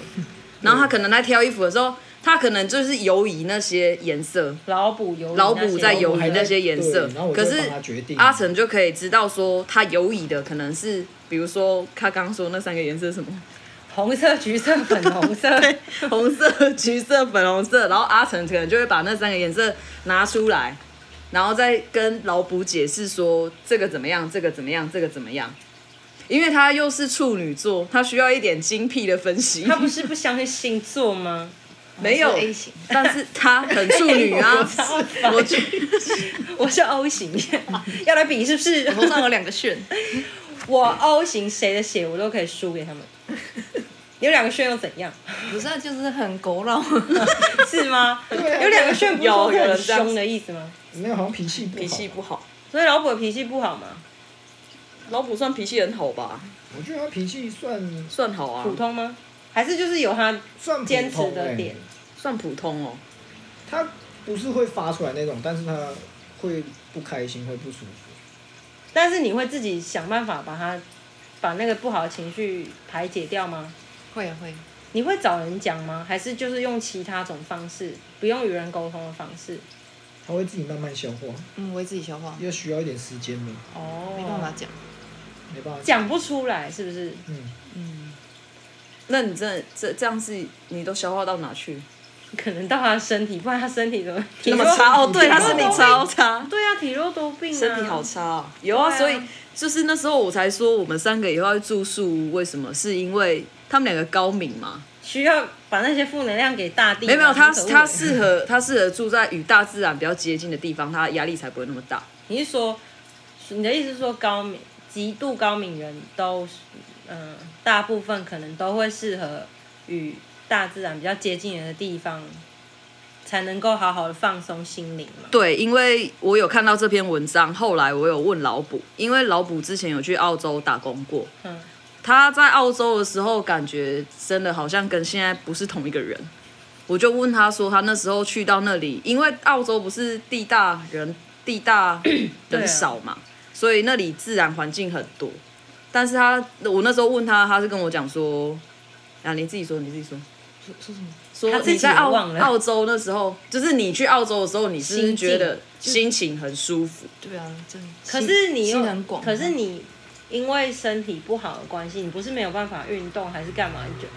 Speaker 1: 然后他可能在挑衣服的时候，他可能就是犹疑那些颜色，
Speaker 2: 老补油，
Speaker 1: 老补在犹疑那些颜色
Speaker 3: 对然后，我就
Speaker 1: 可
Speaker 3: 会
Speaker 1: 是
Speaker 3: 帮他决定
Speaker 1: 阿成就可以知道说他犹疑的可能是，比如说他刚刚说那三个颜色是什么，
Speaker 2: 红色、橘色、粉红色，
Speaker 1: 红色、 橘色、粉红色，然后阿成可能就会把那三个颜色拿出来，然后再跟老卜解释说这个怎么样，这个怎么样，这个怎么样。因为他又是处女座，他需要一点精辟的分析。
Speaker 2: 他不是不相信星座吗？
Speaker 1: 没有
Speaker 4: 我是 A 型，
Speaker 1: 但是他很处女 啊
Speaker 2: 超。烦
Speaker 1: 我就
Speaker 2: 我是 O 型，要来比是不是？
Speaker 4: 头上有两个旋，
Speaker 2: 我 O 型谁的血我都可以输给他们。有两个炫又 怎样？
Speaker 4: 不是啊就是很狗 脑，
Speaker 2: 是吗？
Speaker 3: 啊
Speaker 2: 有两个炫不是
Speaker 1: 有
Speaker 2: 说
Speaker 1: 有人
Speaker 2: 很
Speaker 1: 这样
Speaker 2: 凶的意思吗？
Speaker 3: 没有，好像脾气不好
Speaker 1: 脾气不好，
Speaker 2: 所以老伯脾气不好嘛，
Speaker 1: 老卜算脾气很好吧？
Speaker 3: 我觉得他脾气算
Speaker 1: 算好啊
Speaker 2: 普，通吗？还是就是有他
Speaker 3: 算普
Speaker 2: 坚持
Speaker 3: 通
Speaker 2: 的
Speaker 3: 欸
Speaker 2: 点
Speaker 1: 算普通哦。
Speaker 3: 他不是会发出来那种，但是他会不开心，会不舒服。
Speaker 2: 但是你会自己想办法把它把那个不好的情绪排解掉吗？
Speaker 4: 会啊会，
Speaker 2: 你会找人讲吗？还是就是用其他种方式，不用与人沟通的方式？
Speaker 3: 他会自己慢慢消化，
Speaker 4: 嗯，我会自己消化，
Speaker 3: 要需要一点时间嘛，
Speaker 2: 哦，
Speaker 4: 没办法，讲，
Speaker 3: 没办法。
Speaker 2: 讲不出来是不是？
Speaker 3: 嗯，
Speaker 4: 嗯，
Speaker 1: 那你真的这这样是你都消化到哪去？
Speaker 2: 可能到他的身体，不然他身体怎么
Speaker 1: 那么
Speaker 2: 体弱
Speaker 1: 差哦，对，他
Speaker 2: 体弱
Speaker 1: 身体
Speaker 2: 多病
Speaker 1: 超差，
Speaker 2: 对啊，体弱多病啊，
Speaker 1: 身体好差哦。有啊，
Speaker 2: 对啊
Speaker 1: 所以就是那时候我才说我们三个以后要住宿屋，为什么？是因为他们两个高敏嘛？
Speaker 2: 需要把那些负能量给大地吗。啊
Speaker 1: 没有没有，他
Speaker 2: 无所谓
Speaker 1: 他适合他适合住在与大自然比较接近的地方，他压力才不会那么大。
Speaker 2: 你是说你的意思是说高敏极度高敏人都是嗯、大部分可能都会适合与大自然比较接近的地方，才能够好好的放松心灵嘛。
Speaker 1: 对，因为我有看到这篇文章，后来我有问老卜，因为老卜之前有去澳洲打工过，
Speaker 2: 嗯，
Speaker 1: 他在澳洲的时候感觉真的好像跟现在不是同一个人。我就问他说，他那时候去到那里，因为澳洲不是地大人地大人少嘛，所以那里自然环境很多。但是他，我那时候问他，他是跟我讲说，啊，你自己说，你自己说。
Speaker 4: 说说什么？
Speaker 1: 说
Speaker 2: 他自己
Speaker 1: 你在澳
Speaker 2: 也忘了
Speaker 1: 澳洲那时候，就是你去澳洲的时候，你是不是
Speaker 2: 心境
Speaker 1: 觉得心情很舒服？
Speaker 4: 对啊，真的，
Speaker 2: 可是你又
Speaker 4: 心很广，啊
Speaker 2: 可是你因为身体不好的关系，你不是没有办法运动还是干嘛，你就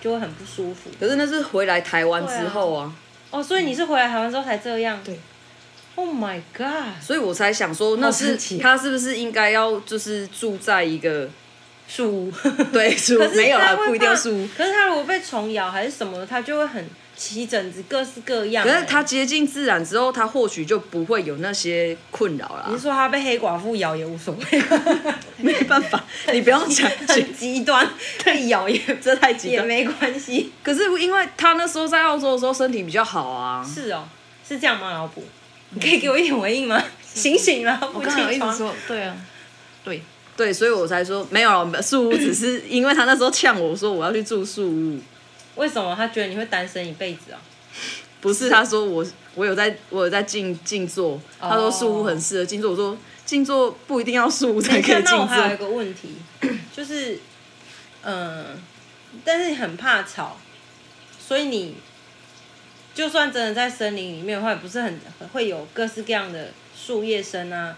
Speaker 2: 就会很不舒服。
Speaker 1: 可是那是回来台湾之后啊，
Speaker 2: 哦，所以你是回来台湾之后才这样？
Speaker 4: 嗯对。
Speaker 2: Oh my god！
Speaker 1: 所以我才想说，那
Speaker 2: 好
Speaker 1: 是
Speaker 2: 神奇
Speaker 1: 他是不是应该要就是住在一个
Speaker 2: 树，
Speaker 1: 对住
Speaker 2: 可是
Speaker 1: 没有
Speaker 2: 他
Speaker 1: 啦，
Speaker 2: 会
Speaker 1: 不一定要
Speaker 2: 怕
Speaker 1: 住。
Speaker 2: 可是他如果被虫咬还是什么的，他就会很起疹子，各式各样、
Speaker 1: 可是他
Speaker 2: 欸，
Speaker 1: 接近自然之后，他或许就不会有那些困扰啦
Speaker 2: 你是。说他被黑寡妇咬也无所谓，
Speaker 1: 没办 法，你不用讲
Speaker 2: 很 极端，被咬也
Speaker 1: 这太极
Speaker 2: 也
Speaker 1: 端。
Speaker 2: 没关系。
Speaker 1: 可是因为他那时候在澳洲的时候身体比较好啊，
Speaker 2: 是哦，是这样吗，老卜？你
Speaker 1: 嗯
Speaker 2: 可以给我一点回应吗？醒醒 啦，
Speaker 4: 我
Speaker 2: 不
Speaker 4: 刚才有
Speaker 2: 起
Speaker 4: 一直
Speaker 2: 床。
Speaker 4: 说，对啊，对，
Speaker 1: 对，所以我才说没有啦树屋，只是因为他那时候呛我说我要去住树屋，
Speaker 2: 为什么他觉得你会单身一辈子啊？
Speaker 1: 不是他说我我有在我有在静静
Speaker 2: 哦
Speaker 1: 坐，他说树屋很适合静坐，我说静坐不一定要树屋 才
Speaker 2: 等一
Speaker 1: 可以
Speaker 2: 下，那我
Speaker 1: 静
Speaker 2: 还有一
Speaker 1: 坐，
Speaker 2: 个问题，就是，嗯、但是你很怕吵，所以你就算真的在森林里面的话，也不是很会有各式各样的树叶声啊、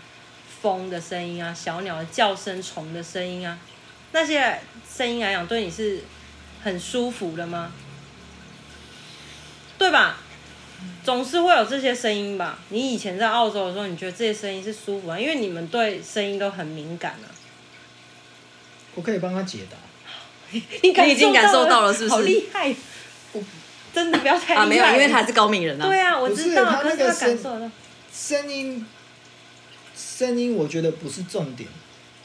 Speaker 2: 风的声音啊、小鸟的叫声、虫的声音啊，那些声音来讲，对你是很舒服的吗？对吧？总是会有这些声音吧？你以前在澳洲的时候，你觉得这些声音是舒服啊？因为你们对声音都很敏感啊。
Speaker 3: 我可以帮他解答。
Speaker 2: 你
Speaker 1: 你已经感受到了是不是
Speaker 2: 好厉害！真的不要太厉害
Speaker 1: 啊没有，因为他是高敏人啊，
Speaker 2: 对啊，我知道，可
Speaker 3: 不是他那
Speaker 2: 是
Speaker 3: 个
Speaker 2: 他
Speaker 3: 声
Speaker 2: 感受到，
Speaker 3: 声音，声音，我觉得不是重点，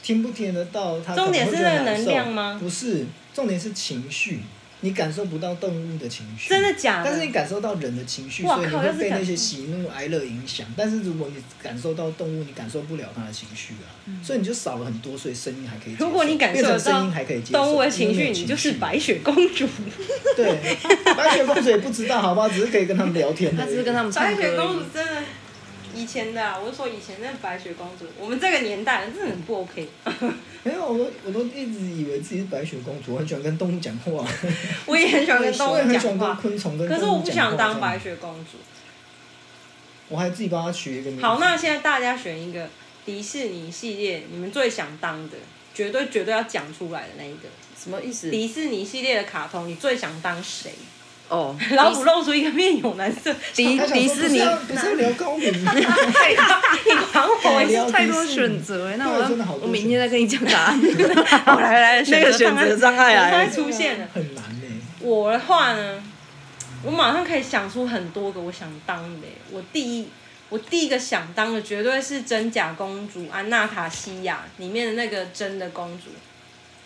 Speaker 3: 听不听得到他可能
Speaker 2: 重点是
Speaker 3: 会觉得
Speaker 2: 那个
Speaker 3: 难受
Speaker 2: 能量吗
Speaker 3: 不是，重点是情绪，你感受不到动物的情绪，
Speaker 2: 真的假的？
Speaker 3: 但是你感受到人的情绪，
Speaker 2: 哇
Speaker 3: 所以你
Speaker 2: 靠
Speaker 3: 会
Speaker 2: 要是
Speaker 3: 被
Speaker 2: 感
Speaker 3: 那些喜怒哀乐影响。但是如果你感受到动物，你感受不了它的情绪啊，所以你就少了很多，所以声音还可以接
Speaker 2: 嗯
Speaker 3: 受。
Speaker 2: 如果你感受
Speaker 3: 变
Speaker 2: 得
Speaker 3: 成
Speaker 2: 到
Speaker 3: 声音还可以接受，
Speaker 2: 动物的
Speaker 3: 因
Speaker 2: 情
Speaker 3: 为没
Speaker 2: 绪，
Speaker 3: 有
Speaker 2: 你
Speaker 3: 情
Speaker 2: 就是
Speaker 3: 绪
Speaker 2: 白 雪公主。
Speaker 3: 对，白雪公主也不知道好不好，只是可以跟他们聊天而已。
Speaker 4: 他只是跟他们唱歌而已，
Speaker 2: 真的以前的啊，我是说以前那白雪公主，我们这个年代真的很不 OK。
Speaker 3: 没有，我都我都一直以为自己是白雪公主，我很喜欢跟动物讲话，
Speaker 2: 我也很喜欢 跟动
Speaker 3: 我也
Speaker 2: 物
Speaker 3: 很喜
Speaker 2: 讲
Speaker 3: 欢跟
Speaker 2: 话，
Speaker 3: 昆虫跟
Speaker 2: 可是
Speaker 3: 动
Speaker 2: 我
Speaker 3: 物
Speaker 2: 不
Speaker 3: 讲
Speaker 2: 想
Speaker 3: 话
Speaker 2: 当白
Speaker 3: 这样，
Speaker 2: 雪公主。
Speaker 3: 我还自己帮它取一个名字。
Speaker 2: 好，那现在大家选一个迪士尼系列你们最想当的，绝对绝对要讲出来的那一个。
Speaker 1: 什么意思？
Speaker 2: 迪士尼系列的卡通，你最想当谁？
Speaker 1: 哦，
Speaker 2: 老虎露出一个面有难色，
Speaker 1: 迪
Speaker 3: 他想
Speaker 1: 迪
Speaker 3: 说
Speaker 1: 士尼
Speaker 3: 不是要不是要聊高明 吗？
Speaker 2: 你管 我 一
Speaker 3: 聊
Speaker 4: 太
Speaker 3: 迪
Speaker 4: 多
Speaker 3: 士尼
Speaker 4: 选择哎，那我
Speaker 3: 对
Speaker 4: 要
Speaker 3: 真的好多
Speaker 4: 我明
Speaker 3: 选
Speaker 4: 天再跟你讲答案。我来来，
Speaker 1: 那个选择障碍啊
Speaker 2: 它
Speaker 1: 来
Speaker 2: 会出现了。
Speaker 3: 很难欸呢、
Speaker 2: 我的话呢，我马上可以想出很多个我想当的耶。我第一，我第一个想当的绝对是《真假公主》安娜塔西亚里面的那个真的公主，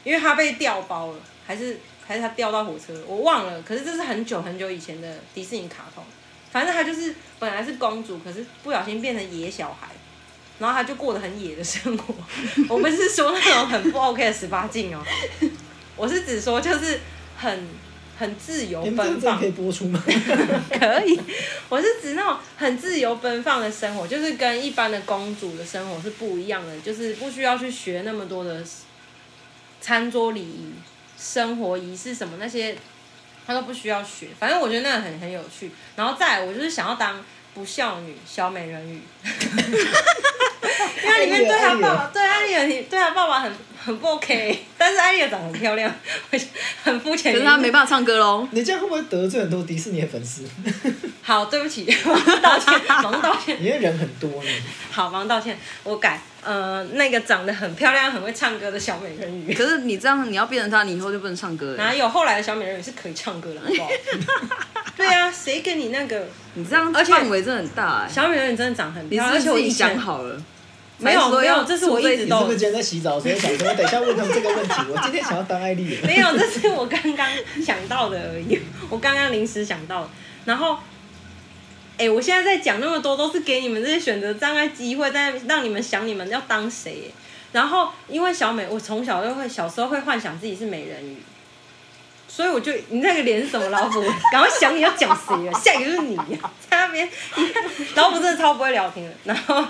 Speaker 2: 因为她被调包了，还是还是她掉到火车了，我忘了。可是这是很久很久以前的迪士尼卡通，反正她就是本来是公主，可是不小心变成野小孩。然后她就过得很野的生活， 我不是说那种很不 OK 的十八禁哦，我是指说就是很很自由
Speaker 3: 你们这
Speaker 2: 奔
Speaker 3: 个真的
Speaker 2: 放
Speaker 3: 可，以播出 吗？
Speaker 2: 可以，我是指那种很自由奔放的生活，就是跟一般的公主的生活是不一样的，就是不需要去学那么多的餐桌礼仪、生活仪式什么那些，她都不需要学。反正我觉得那个很很有趣。然后再来，我就是想要当不孝女、小美人 鱼，因为它里面对她爸爸，对艾丽尔，对她爸爸很 很不 OK，但是艾丽尔长得很漂亮，我很肤浅。
Speaker 4: 可是他没办法唱歌喽。
Speaker 3: 你这样会不会得罪很多迪士尼的粉丝？
Speaker 2: 好，对不起， 道 歉，忙道歉。
Speaker 3: 因为人很多 呢。
Speaker 2: 好，忙道歉，我改。呃，那个长得很漂亮、很会唱歌的小美人 鱼，
Speaker 1: 可是你这样，你要变成他，你以后就不能唱歌
Speaker 2: 哪
Speaker 1: 了。
Speaker 2: 有后来的小美人鱼是可以唱歌的，好 不好？对啊，谁给你那个
Speaker 1: 你这样
Speaker 2: 而且
Speaker 1: 范围真的很大哎。
Speaker 2: 小美人鱼真的长得很
Speaker 1: 你
Speaker 2: 漂亮？
Speaker 1: 是
Speaker 2: 欸而且
Speaker 1: 不
Speaker 2: 我
Speaker 1: 是已
Speaker 2: 以
Speaker 1: 经
Speaker 2: 前
Speaker 1: 想好了？
Speaker 2: 没有
Speaker 1: 还是说
Speaker 2: 没
Speaker 1: 要
Speaker 2: 有这是我一直
Speaker 3: 你
Speaker 2: 都
Speaker 3: 是不是今天在洗澡的时候想说，等一下问他们这个问题？我今天想要当艾丽
Speaker 2: 没
Speaker 3: 儿。
Speaker 2: 有，这是我刚刚想到的而已，我刚刚临时想到的。然后，哎、我现在在讲那么多，都是给你们这些选择障碍机会，但让你们想你们要当谁耶。然后，因为小美，我从小就会，小时候会幻想自己是美人鱼，所以我就你那个脸是什么老虎？ 赶快想你要讲谁了，下一个就是你呀，在那边，你看老虎真的超不会聊天的。然后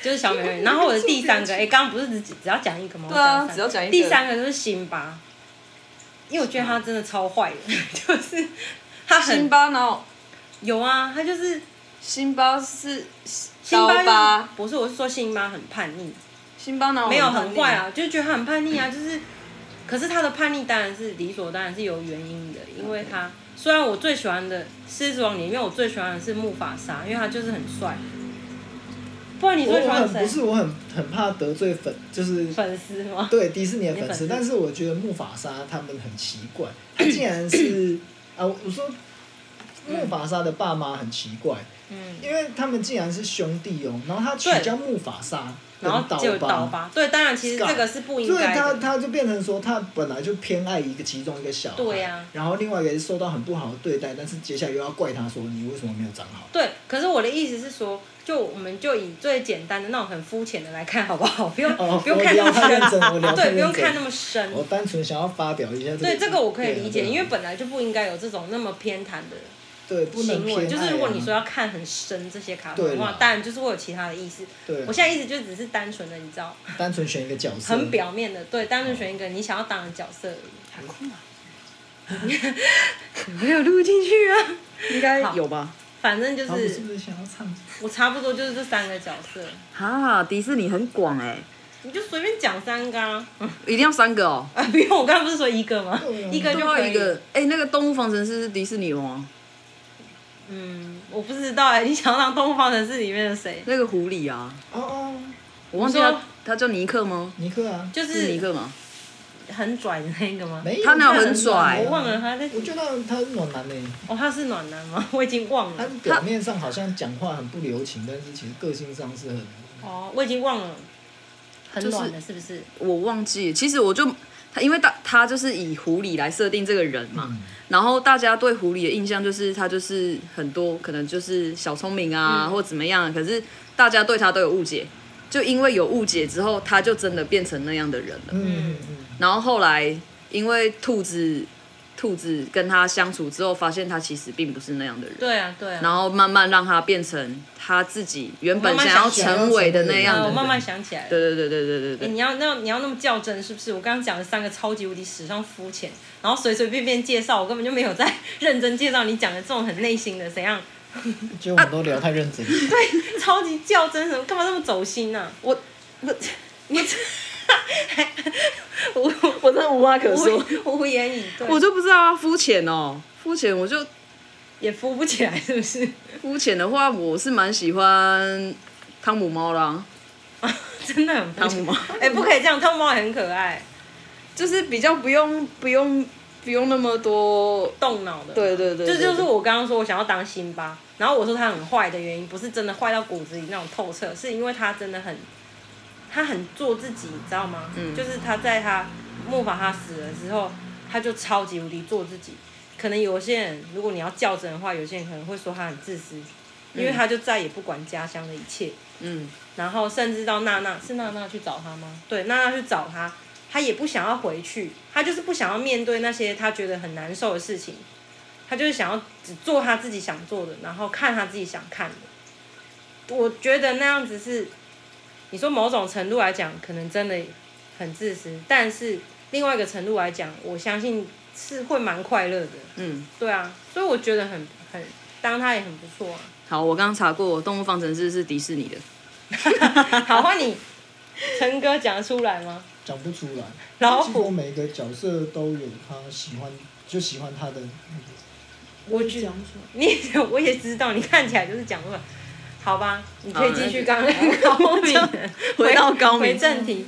Speaker 2: 就是小美人鱼，然后我的第 三个，哎、刚刚不是只只要讲一个吗？
Speaker 1: 对啊
Speaker 2: 我三个
Speaker 1: 只要讲一个
Speaker 2: 第三个就是辛巴，因为我觉得他真的超坏的， 就是他
Speaker 1: 嗯辛
Speaker 2: 很
Speaker 1: 巴然后
Speaker 2: 有啊，他就是
Speaker 1: 辛巴是
Speaker 2: 辛
Speaker 1: 刀
Speaker 2: 巴
Speaker 1: 疤
Speaker 2: 就是，不是我是说辛巴很叛逆，
Speaker 1: 辛巴然后
Speaker 2: 没有很坏，啊，就是觉得他很叛逆啊，就是，可是他的叛逆当然是理所当然是有原因的，因为他虽然我最喜欢的《狮子王》里面我最喜欢的是木法沙，因为他就是很帅，不然你
Speaker 3: 我
Speaker 2: 最喜
Speaker 3: 我
Speaker 2: 欢
Speaker 3: 很不
Speaker 2: 谁？
Speaker 3: 是我很很怕得罪粉，就是
Speaker 2: 粉丝吗？
Speaker 3: 对迪士尼的粉
Speaker 2: 粉
Speaker 3: 丝，
Speaker 2: 丝
Speaker 3: 但是我觉得木法沙他们很奇怪，他竟然是啊，我我说木法沙的爸妈很奇怪，
Speaker 2: 嗯，
Speaker 3: 因为他们竟然是兄弟哦，然后他取
Speaker 2: 对
Speaker 3: 叫木法沙，
Speaker 2: 然后就有刀
Speaker 3: 刀
Speaker 2: 疤，对，当然其实这个是不应
Speaker 3: 所以
Speaker 2: 该
Speaker 3: 啊他
Speaker 2: 的，
Speaker 3: 他就变成说，他本来就偏爱一个其中一个小孩，
Speaker 2: 对呀
Speaker 3: 然后另外一个是受到很不好的对待，但是接下来又要怪他说你为什么没有长好，
Speaker 2: 对。可是我的意思是说，就我们就以最简单的那种很肤浅的来看好不 好？不用
Speaker 3: 哦
Speaker 2: 不用
Speaker 3: 我
Speaker 2: 看那
Speaker 3: 聊
Speaker 2: 么
Speaker 3: 太认真我聊
Speaker 2: 深，啊
Speaker 3: 太
Speaker 2: 对，不用
Speaker 3: 认真
Speaker 2: 看那么深，
Speaker 3: 我单纯想要发表一下这
Speaker 2: 嗯
Speaker 3: 个，
Speaker 2: 对，这个我可以理解，
Speaker 3: 对啊
Speaker 2: 因为本来就不应该有这种那么偏袒的
Speaker 3: 对不能
Speaker 2: 行
Speaker 3: 偏爱
Speaker 2: 为。
Speaker 3: 啊
Speaker 2: 就是如果你说要看很深这些卡通的
Speaker 3: 对啦
Speaker 2: 话，当然就是会有其他的意思。
Speaker 3: 对啊
Speaker 2: 我现在意思就只是单纯的，你知道，
Speaker 3: 单纯选一个角色，
Speaker 2: 很表面的，对，单纯选一个你想要当的角色而已。
Speaker 1: 没有录进去啊，应该
Speaker 2: 好
Speaker 1: 有吧？
Speaker 2: 反正就
Speaker 3: 然后你是
Speaker 2: 是
Speaker 3: 不是想要唱？
Speaker 2: 我差不多就是这三个角色，
Speaker 1: 哈，迪士尼很广哎，
Speaker 2: 你就随便讲三个啊，
Speaker 1: 一定要三个哦。
Speaker 2: 啊，不用，我刚刚不是说一个吗
Speaker 3: 对啊？
Speaker 2: 一个就
Speaker 1: 最后
Speaker 2: 可以
Speaker 1: 一个，，哎、那个《动物方程式》是迪士尼的吗？
Speaker 2: 嗯，我不知道 哎，你想要当《动物方程式》里面的谁？
Speaker 1: 那个狐狸啊，
Speaker 3: 哦哦，
Speaker 1: 我忘记
Speaker 2: 你
Speaker 1: 他
Speaker 2: 说，
Speaker 1: 他叫尼克吗？
Speaker 3: 尼克啊，
Speaker 2: 就是
Speaker 1: 尼克吗？
Speaker 2: 很拽的那个吗？
Speaker 3: 没有
Speaker 1: 他哪有
Speaker 3: 他
Speaker 5: 啊
Speaker 1: 很拽
Speaker 2: 我忘了他在
Speaker 3: 我觉得他是暖男呢、
Speaker 5: 欸
Speaker 2: 哦，他是暖男吗？ 我已经忘
Speaker 3: 他
Speaker 2: 了。
Speaker 3: 表面上好像讲话很不留情，但是其实个性上是很
Speaker 2: 哦，我已经忘了。很
Speaker 1: 就是
Speaker 2: 暖的，是不是？
Speaker 1: 我忘记了。其实我就他，因为大他就是以狐狸来设定这个人嘛，
Speaker 3: 嗯
Speaker 1: 然后大家对狐狸的印象就是他就是很多可能就是小聪明啊、
Speaker 2: 嗯
Speaker 1: 或怎么样，可是大家对他都有误解，就因为有误解之后，他就真的变成那样的人了。
Speaker 3: 嗯嗯
Speaker 1: 然后后来因为兔子。兔子跟他相处之后，发现他其实并不是那样的人。
Speaker 2: 对啊，对啊。
Speaker 1: 然后慢慢让他变成他自己原本想要成为的那样
Speaker 2: 啊，
Speaker 1: 的
Speaker 2: 我
Speaker 1: 人。
Speaker 2: 慢慢想起来了。
Speaker 1: 对对对对对对
Speaker 2: 欸
Speaker 1: 对，
Speaker 2: 你要那你要那么较真是不是？我刚刚讲的三个超级无敌史上肤浅，然后随随便便介绍，我根本就没有在认真介绍你讲的这种很内心的怎样，
Speaker 5: 嗯
Speaker 3: 结果我们都聊太认真，
Speaker 2: 超级较真什么，干嘛那么走心呢、啊？我我你我
Speaker 1: 我真的无话可
Speaker 2: 我我无言以对，
Speaker 1: 我就不知道啊，肤浅哦，肤浅，我就
Speaker 2: 也敷不起来，是不是？
Speaker 1: 肤浅的话，我是蛮喜欢汤姆猫啦、
Speaker 2: 真的很
Speaker 1: 汤姆猫，
Speaker 2: 哎、不可以这样，汤姆猫也很可爱，
Speaker 1: 就是比较不用不用不用那么多，
Speaker 2: 动脑的。
Speaker 1: 对对对
Speaker 2: 这
Speaker 1: 对
Speaker 2: 就是
Speaker 1: 对
Speaker 2: 我刚刚说我想要当辛巴，然后我说他很坏的原因，不是真的坏到骨子里那种透彻，是因为他真的很，他很做自己，你知道吗？
Speaker 1: 嗯
Speaker 2: 就是他在他木法他死了之后，他就超级无敌做自己。可能有些人，如果你要较真的话，有些人可能会说他很自私，因为他就再也不管家乡的一切。
Speaker 1: 嗯，
Speaker 2: 然后甚至到娜娜是娜娜去找他吗？对，娜娜去找他，他也不想要回去，他就是不想要面对那些他觉得很难受的事情，他就是想要只做他自己想做的，然后看他自己想看的。我觉得那样子是，你说某种程度来讲，可能真的很自私，但是另外一个程度来讲，我相信是会蛮快乐的。
Speaker 1: 嗯，
Speaker 2: 对啊，所以我觉得很很当他也很不错啊。
Speaker 1: 好，我刚查过，《动物方程式》是迪士尼的，
Speaker 2: 好，换你，陈哥讲得出来吗？
Speaker 5: 讲不出来。
Speaker 2: 老
Speaker 5: 几乎
Speaker 2: 虎，
Speaker 5: 每一个角色都有他喜欢，就喜欢他的那个。
Speaker 2: 我
Speaker 4: 就
Speaker 2: 觉
Speaker 4: 讲不出来。
Speaker 2: 你我也知道，你看起来就是讲不出来。好吧，你可以
Speaker 1: 好
Speaker 2: 继续
Speaker 1: 那
Speaker 2: 刚 刚高明的，
Speaker 1: 回到高
Speaker 2: 回
Speaker 1: 明
Speaker 2: 正题。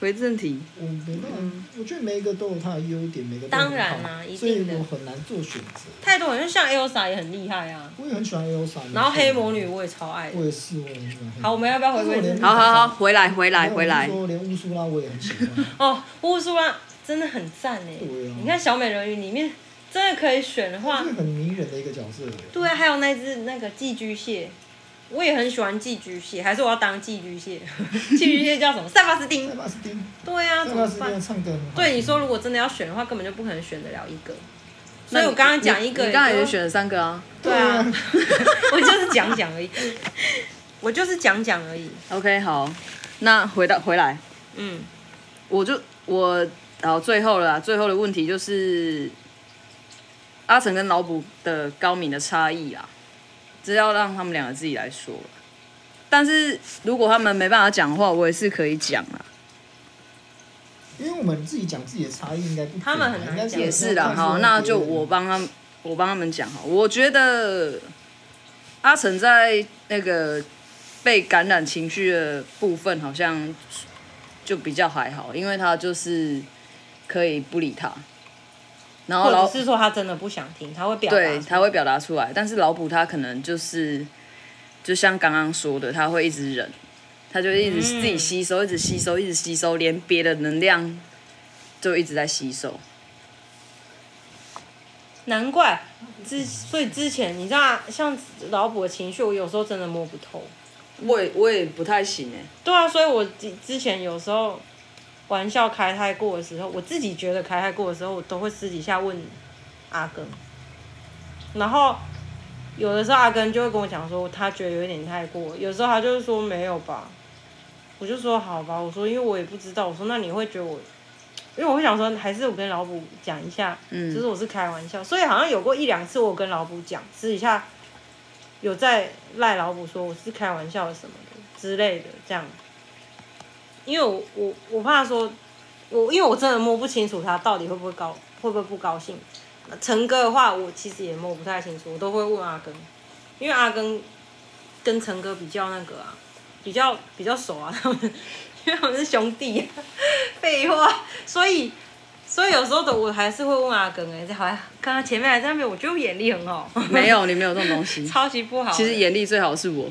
Speaker 1: 回正题，
Speaker 5: 我没办法，我觉得每一个都有他的优点，每个都有
Speaker 2: 嗯当然啦
Speaker 5: 他
Speaker 2: 一
Speaker 5: 所以
Speaker 2: 定的
Speaker 5: 我很难做选择。
Speaker 2: 太多人像 Elsa 也很厉害啊，
Speaker 5: 我也很喜欢 Elsa，
Speaker 2: 然后黑魔女，我也超爱的。
Speaker 5: 我也是，我也很喜欢黑魔女。
Speaker 2: 好，我们要不要回
Speaker 5: 但是我
Speaker 2: 归正
Speaker 5: 连
Speaker 2: 题？
Speaker 1: 好好好，回来回来
Speaker 5: 没有
Speaker 1: 回来
Speaker 5: 我是，说连乌苏拉我也很喜 欢，
Speaker 2: 哦，乌苏拉真的很赞哎！
Speaker 5: 对啊
Speaker 2: 你看小美人鱼里面真的可以选的话
Speaker 5: 她是，很迷人的一个角色。
Speaker 2: 对，啊还有那只那个寄居蟹，我也很喜欢寄居蟹，还是我要当寄居蟹？寄居 蟹叫什么？塞巴斯汀
Speaker 5: 塞。巴斯汀，
Speaker 2: 对啊，
Speaker 5: 塞
Speaker 2: 怎
Speaker 5: 巴
Speaker 2: 么
Speaker 5: 斯汀
Speaker 2: 办？
Speaker 5: 唱歌很好。
Speaker 2: 对，你说如果真的要选的话，根本就不可能选得了一个。
Speaker 1: 那
Speaker 2: 所以
Speaker 1: 你
Speaker 2: 我刚刚讲一个，
Speaker 1: 你刚才
Speaker 2: 也
Speaker 1: 也
Speaker 2: 就
Speaker 1: 选了三个啊
Speaker 2: 对啊， 我就是讲讲而已， 我就是讲讲而已。
Speaker 1: ，OK，好，那回到回来，
Speaker 2: 嗯，
Speaker 1: 我就我好最后了啦，最后的问题就是阿成跟老卜的高敏的差异啊，这要让他们两个自己来说了但是如果他们没办法讲话，我也是可以讲啊。
Speaker 5: 因为我们自己讲自己的差异，应该不可能
Speaker 2: 他们很难
Speaker 5: 应该
Speaker 2: 讲
Speaker 1: 也是啦，
Speaker 5: 看
Speaker 1: 好，
Speaker 5: 说
Speaker 1: 那
Speaker 5: 别
Speaker 1: 就
Speaker 5: 人
Speaker 1: 我帮他们，我帮他们讲好。我觉得阿成在那个被感染情绪的部分，好像就比较还好，因为他就是可以不理他， 然后
Speaker 2: 或
Speaker 1: 老
Speaker 2: 者是说他真的不想听，他会表达。
Speaker 1: 对他会表达出来，但是老卜他可能就是就像刚刚说的，他会一直忍，他就一直自己吸收，一直吸收，一直吸收，连别的能量就一直在吸收。
Speaker 2: 难怪之所以之前你知道啊像老卜的情绪，我有时候真的摸不透。
Speaker 1: 我也我也不太行哎、
Speaker 2: 对啊，所以我之之前有时候玩笑开太过的时候，我自己觉得开太过的时候，我都会私底下问阿根，然后有的时候阿根就会跟我讲说他觉得有点太过，有时候他就是说没有吧，我就说好吧，我说因为我也不知道，我说那你会觉得我，因为我会想说还是我跟老卜讲一下，
Speaker 1: 嗯
Speaker 2: 就是我是开玩笑，所以好像有过一两次我跟老卜讲私底下有在赖老卜说我是开玩笑什么的之类的这样，因为我我我怕说，我因为我真的摸不清楚他到底会不会高会不会不高兴。那陈哥的话，我其实也摸不太清楚，我都会问阿根，因为阿根跟陈哥比较那个啊，比较比较熟啊，他们因为他们是兄弟、啊，废话，所以所以有时候的我还是会问阿根哎、欸，好像刚刚前面还在那边，我觉得我眼力很好，。
Speaker 1: 没有，你没有这种东西
Speaker 2: 超欸级不好的，
Speaker 1: 其实眼力最好是我，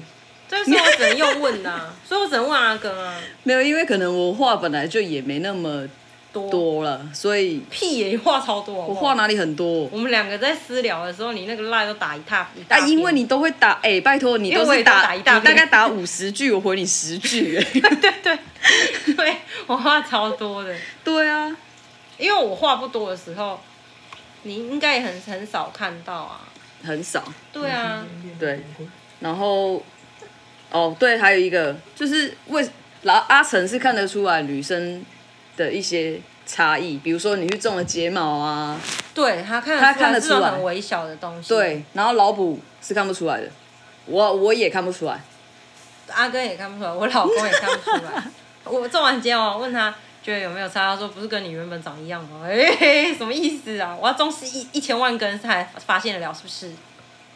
Speaker 2: 对，所以我只能用问呐、啊，所以我只能问阿根啊，
Speaker 1: 没有，因为可能我话本来就也没那么
Speaker 2: 多
Speaker 1: 多了，所以
Speaker 2: 屁欸耶、你话超多好不
Speaker 1: 我
Speaker 2: 好
Speaker 1: 话哪里很多
Speaker 2: 我。们两个在私聊的时候，你那个赖都打一塌一大
Speaker 1: 啊，
Speaker 2: 片
Speaker 1: 因为你都会打，哎、拜托你
Speaker 2: 因为
Speaker 1: 都
Speaker 2: 我也
Speaker 1: 是
Speaker 2: 都打一大
Speaker 1: 你大
Speaker 2: 遍
Speaker 1: 概打五十句，我回你十句、 哎
Speaker 2: 对对对，我话超多的，
Speaker 1: 对啊，
Speaker 2: 因为我话不多的时候，你应该也很很少看到啊。
Speaker 1: 很少。
Speaker 2: 对啊，
Speaker 1: 对，然后哦，对，还有一个就是为老阿成是看得出来女生的一些差异，比如说你去种了睫毛啊，
Speaker 2: 对他看
Speaker 1: 他
Speaker 2: 得出
Speaker 1: 看得
Speaker 2: 来
Speaker 1: 出
Speaker 2: 这种
Speaker 1: 来
Speaker 2: 很微小的东西。，
Speaker 1: 对，然后老卜是看不出来的，我我也看不出来，
Speaker 2: 阿根也看不出来，我老公也看不出来。我种完睫毛，问他觉得有没有差，他说不是跟你原本长一样吗？哎、 什么意思啊？我要种是一一千万根才发现得了，是不是？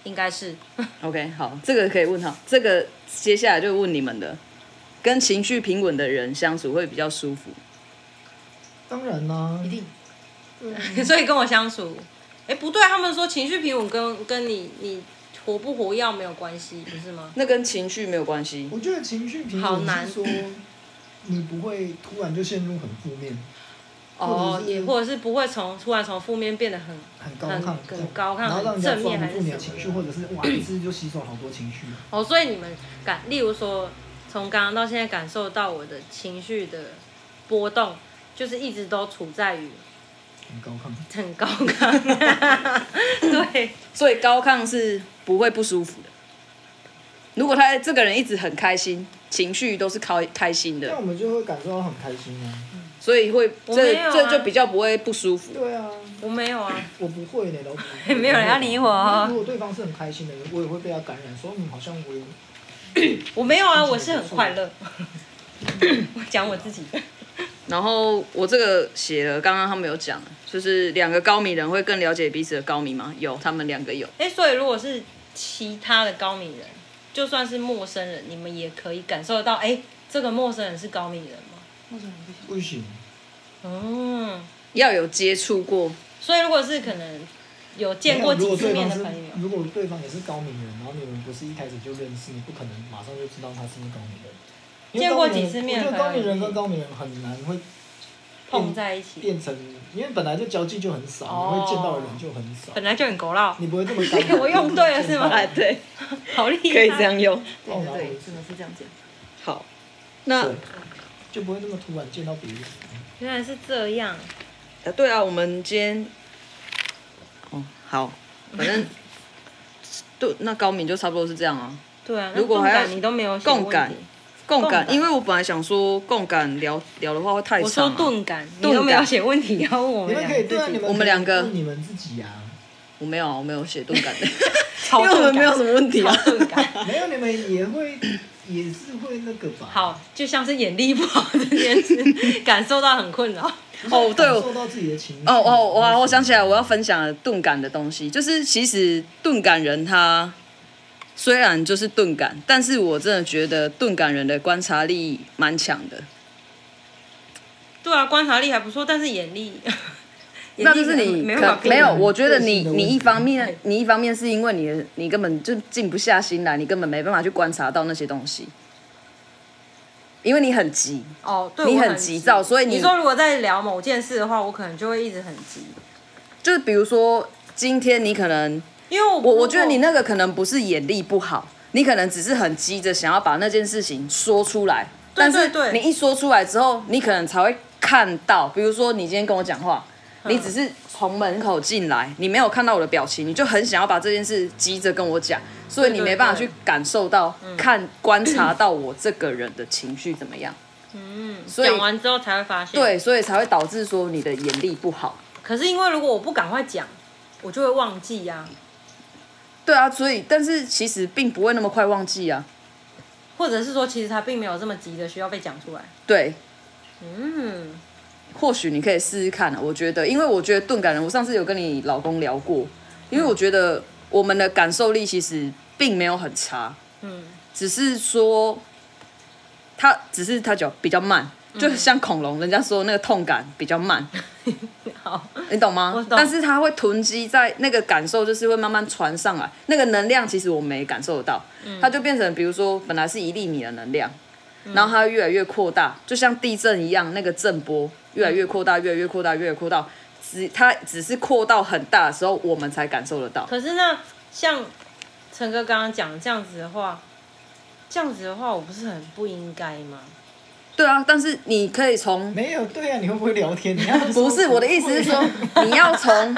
Speaker 2: 应该是
Speaker 1: OK，好，这个可以问他。这个接下来就问你们的，跟情绪平稳的人相处会比较舒服。
Speaker 5: 当然啦、
Speaker 4: 一定
Speaker 2: 所以跟我相处，哎、不对，他们说情绪平稳跟跟你你活不活跃没有关系，不是吗？
Speaker 1: 那跟情绪没有关系。
Speaker 5: 我觉得情绪平
Speaker 2: 好
Speaker 5: 稳
Speaker 2: 难
Speaker 5: 是说，你不会突然就陷入很负面、
Speaker 2: 哦
Speaker 5: 或，者是
Speaker 2: 也或者是不会从突然从负面变得很
Speaker 5: 很高亢、
Speaker 2: 很很高亢
Speaker 5: 然后让人家
Speaker 2: 很正面
Speaker 5: 放不住你的
Speaker 2: 还是什么
Speaker 5: 情绪，或者是哇一次就吸收好多情绪。
Speaker 2: 哦，所以你们感，例如说，从刚刚到现在感受到我的情绪的波动，就是一直都处在于
Speaker 5: 很高亢，
Speaker 2: 很高亢， 对，
Speaker 1: 所以高亢是不会不舒服的。如果他这个人一直很开心，情绪都是开开心
Speaker 5: 那
Speaker 1: 的，
Speaker 5: 我们就会感受到很开心啊。
Speaker 1: 所以会
Speaker 2: 我
Speaker 1: 这
Speaker 2: 没有啊
Speaker 1: 这就比较不会不舒服。
Speaker 5: 对啊，
Speaker 2: 我没有啊，
Speaker 5: 我不会呢，老板。
Speaker 2: 没有人要理我哦
Speaker 5: 如果对方是很开心的，我也会被他感染，说嗯，好像我有
Speaker 2: 我没有啊，我是很快乐， 我讲我自己，
Speaker 1: 然后我这个写了，刚刚他们有讲，就是两个高迷人会更了解彼此的高迷吗？有，他们两个有。
Speaker 2: 哎、所以如果是其他的高敏人，就算是陌生人，你们也可以感受得到，哎、这个陌生人是高敏人吗？
Speaker 5: 不行，哦
Speaker 2: 嗯，
Speaker 1: 要有接触过，
Speaker 2: 所以如果是可能有见过
Speaker 5: 如
Speaker 2: 几
Speaker 5: 果
Speaker 2: 次
Speaker 5: 对方
Speaker 2: 面的
Speaker 5: 是
Speaker 2: 朋友，
Speaker 5: 如果对方也是高明人，然后你们不是一开始就认识，你不可能马上就知道他是不是高明人。因为
Speaker 2: 见过
Speaker 5: 高敏人
Speaker 2: 几次面
Speaker 5: 我觉得
Speaker 2: 可能
Speaker 5: 高明人跟高明人很难会
Speaker 2: 碰在一起，
Speaker 5: 变成，因为本来就交际就很少，
Speaker 2: 哦
Speaker 5: 你会见到的人就很少，
Speaker 2: 本来就很狗闹。
Speaker 5: 你不会这么尴尬。
Speaker 2: 我用对了是吗 哎
Speaker 1: 哎，对，
Speaker 2: 好厉害！
Speaker 1: 可以这。样用。
Speaker 5: 哦
Speaker 4: 对
Speaker 5: 然后
Speaker 4: 对，真的是这样讲。
Speaker 1: 好，那
Speaker 5: 对就不会那么突然见到别人。
Speaker 2: 原来是这样，
Speaker 1: 呃，对啊，我们今天，哦，好，反 正对，那高敏就差不多是这样啊。
Speaker 2: 对啊。
Speaker 1: 如果
Speaker 2: 那
Speaker 1: 还
Speaker 2: 共
Speaker 1: 要
Speaker 2: 感你都没有写
Speaker 1: 共感
Speaker 2: 问题
Speaker 1: 共
Speaker 2: 共
Speaker 1: 感，
Speaker 2: 感
Speaker 1: 因为我本来想说共感聊聊的话会太
Speaker 2: 我
Speaker 1: 长、
Speaker 2: 说
Speaker 1: 啊。
Speaker 2: 钝感，你
Speaker 1: 钝
Speaker 2: 都没有
Speaker 1: 感
Speaker 2: 写问题要问我
Speaker 5: 你
Speaker 2: 们
Speaker 5: 们
Speaker 2: 俩
Speaker 5: 可以对啊，你
Speaker 2: 自己
Speaker 5: 们
Speaker 1: 我们两个
Speaker 5: 可以问你们自己呀、啊，
Speaker 1: 我没有啊，我没有写钝感的，
Speaker 2: 超
Speaker 1: 因为我们
Speaker 2: 钝
Speaker 1: 没有
Speaker 2: 感，
Speaker 1: 什么问题啊。
Speaker 2: 超钝感。
Speaker 5: 没有你们也会也是会那个吧？，
Speaker 2: 好，就像是眼力不好这件事，感受到很困扰。
Speaker 1: 哦，对，我
Speaker 5: 受到自己的情绪。
Speaker 1: 哦哦，我我想起来，我要分享的钝感的东西，就是其实钝感人他虽然就是钝感，但是我真的觉得钝感人的观察力蛮强的。
Speaker 2: 对啊，观察力还不错，但是眼力， 眼
Speaker 1: 那
Speaker 2: 力
Speaker 1: 就是你
Speaker 2: 没
Speaker 1: 可
Speaker 2: 办法
Speaker 1: 没
Speaker 2: 变
Speaker 1: 有，我觉得
Speaker 5: 个性
Speaker 1: 你
Speaker 5: 的问
Speaker 1: 你
Speaker 5: 题
Speaker 1: 一方面你一方面是因为你的你根本就静不下心来，你根本没办法去观察到那些东西，因为你很急，
Speaker 2: 哦，对，
Speaker 1: 你
Speaker 2: 我
Speaker 1: 很急躁所以你
Speaker 2: 你说如果在聊某件事的话，我可能就会一直很急，
Speaker 1: 就是比如说今天你可能
Speaker 2: 因为我
Speaker 1: 我
Speaker 2: 我
Speaker 1: 我觉得你那个可能不是眼力不好，你可能只是很急着想要把那件事情说出来，
Speaker 2: 对对
Speaker 1: 但
Speaker 2: 对
Speaker 1: 是你一说出来之后，你可能才会看到，比如说你今天跟我讲话。
Speaker 2: 嗯
Speaker 1: 你只是从门口进来，你没有看到我的表情，你就很想要把这件事急着跟我讲，所以你
Speaker 2: 对对
Speaker 1: 没办法
Speaker 2: 对
Speaker 1: 去感受到、
Speaker 2: 嗯
Speaker 1: 看、观察到我这个人的情绪怎么样。
Speaker 2: 嗯，
Speaker 1: 所以
Speaker 2: 讲完之后才会发现，
Speaker 1: 对，所以才会导致说你的眼力不好。
Speaker 2: 可是因为如果我不赶快讲，我就会忘记啊呀、
Speaker 1: 对啊，所以但是其实并不会那么快忘记啊。
Speaker 2: 或者是说其实他并没有这么急的需要被讲出来。
Speaker 1: 对，
Speaker 2: 嗯，
Speaker 1: 或许你可以试试看、啊，我觉得，因为我觉得钝感人，我上次有跟你老公聊过，因为我觉得我们的感受力其实并没有很差，
Speaker 2: 嗯，
Speaker 1: 只是说他只是他脚比较慢，就像恐龙，人家说那个痛感比较慢，
Speaker 2: 好，
Speaker 1: 你懂吗？
Speaker 2: 我懂
Speaker 1: 但是它会囤积在那个感受，就是会慢慢传上来。那个能量其实我没感受得到，
Speaker 2: 嗯
Speaker 1: 它就变成比如说本来是一粒米的能量，然后它越来越扩大，就像地震一样，那个震波越来越扩大，越来越扩大，越来越扩大。只它只是扩到很大的时候，我们才感受得到。
Speaker 2: 可是那像陈哥刚刚讲这样子的话，这样子的话，我不是很不应该吗？
Speaker 1: 对啊，但是你可以从
Speaker 5: 没有对啊，你会不会聊 天？你要啊
Speaker 1: 不是我的意思是说，你要 从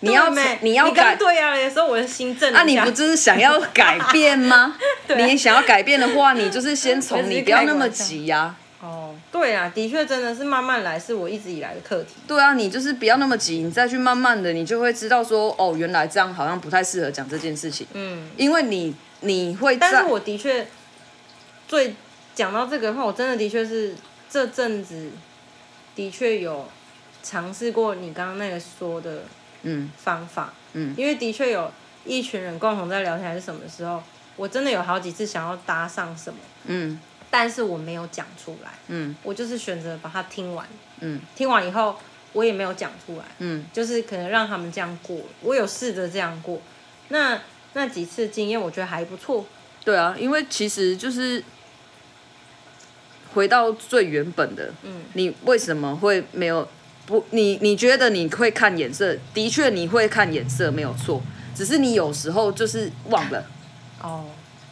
Speaker 1: 你要
Speaker 2: 对没
Speaker 1: 你要
Speaker 2: 刚
Speaker 1: 改，
Speaker 2: 对啊的时候，我的心 震
Speaker 1: 那
Speaker 2: 了一
Speaker 1: 啊你
Speaker 2: 下
Speaker 1: 不就是想要改变 吗？你想要改变的话，你就是先
Speaker 2: 我只
Speaker 1: 从
Speaker 2: 啊是
Speaker 1: 你不要
Speaker 2: 开个
Speaker 1: 那么
Speaker 2: 玩笑
Speaker 1: 急呀、
Speaker 2: 哦，对啊，的确真的是慢慢来，是我一直以来的课题。
Speaker 1: 对啊，你就是不要那么急，你再去慢慢的，你就会知道说，哦，原来这样好像不太适合讲这件事情，
Speaker 2: 嗯，
Speaker 1: 因为你你会在，
Speaker 2: 但是我的确最讲到这个的话，我真的的确是这阵子的确有尝试过你刚刚那个说的
Speaker 1: 嗯
Speaker 2: 方法，
Speaker 1: 嗯
Speaker 2: 因为的确有一群人共同在聊天还是什么时候，我真的有好几次想要搭上什么，
Speaker 1: 嗯
Speaker 2: 但是我没有讲出来，
Speaker 1: 嗯
Speaker 2: 我就是选择把它听完，
Speaker 1: 嗯
Speaker 2: 听完以后我也没有讲出来，
Speaker 1: 嗯
Speaker 2: 就是可能让他们这样过，我有试着这样过，那那几次经验我觉得还不错，
Speaker 1: 对啊，因为其实就是回到最原本的，
Speaker 2: 嗯，
Speaker 1: 你为什么会没有不？你你觉得你会看眼色？的确你会看眼色，没有错，只是你有时候就是忘了，
Speaker 2: 哦，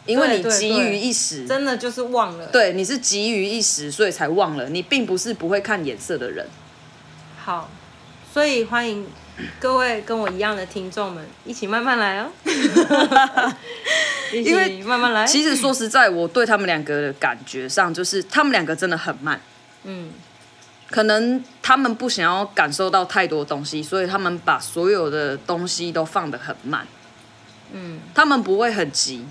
Speaker 1: 因为你
Speaker 2: 对对
Speaker 1: 急于
Speaker 2: 对
Speaker 1: 一时，
Speaker 2: 真的就是忘了，，
Speaker 1: 对，你是急于一时，所以才忘了。你并不是不会看眼色的人。
Speaker 2: 好，所以欢迎各位跟我一样的听众们一起慢慢来 哦， 因
Speaker 1: 因为
Speaker 2: 慢慢来，
Speaker 1: 其实说实在，我对他们两个的感觉上，就是他们两个真的很慢。
Speaker 2: 嗯，
Speaker 1: 可能他们不想要感受到太多东西，所以他们把所有的东西都放得很慢。
Speaker 2: 嗯，
Speaker 1: 他们不会很急，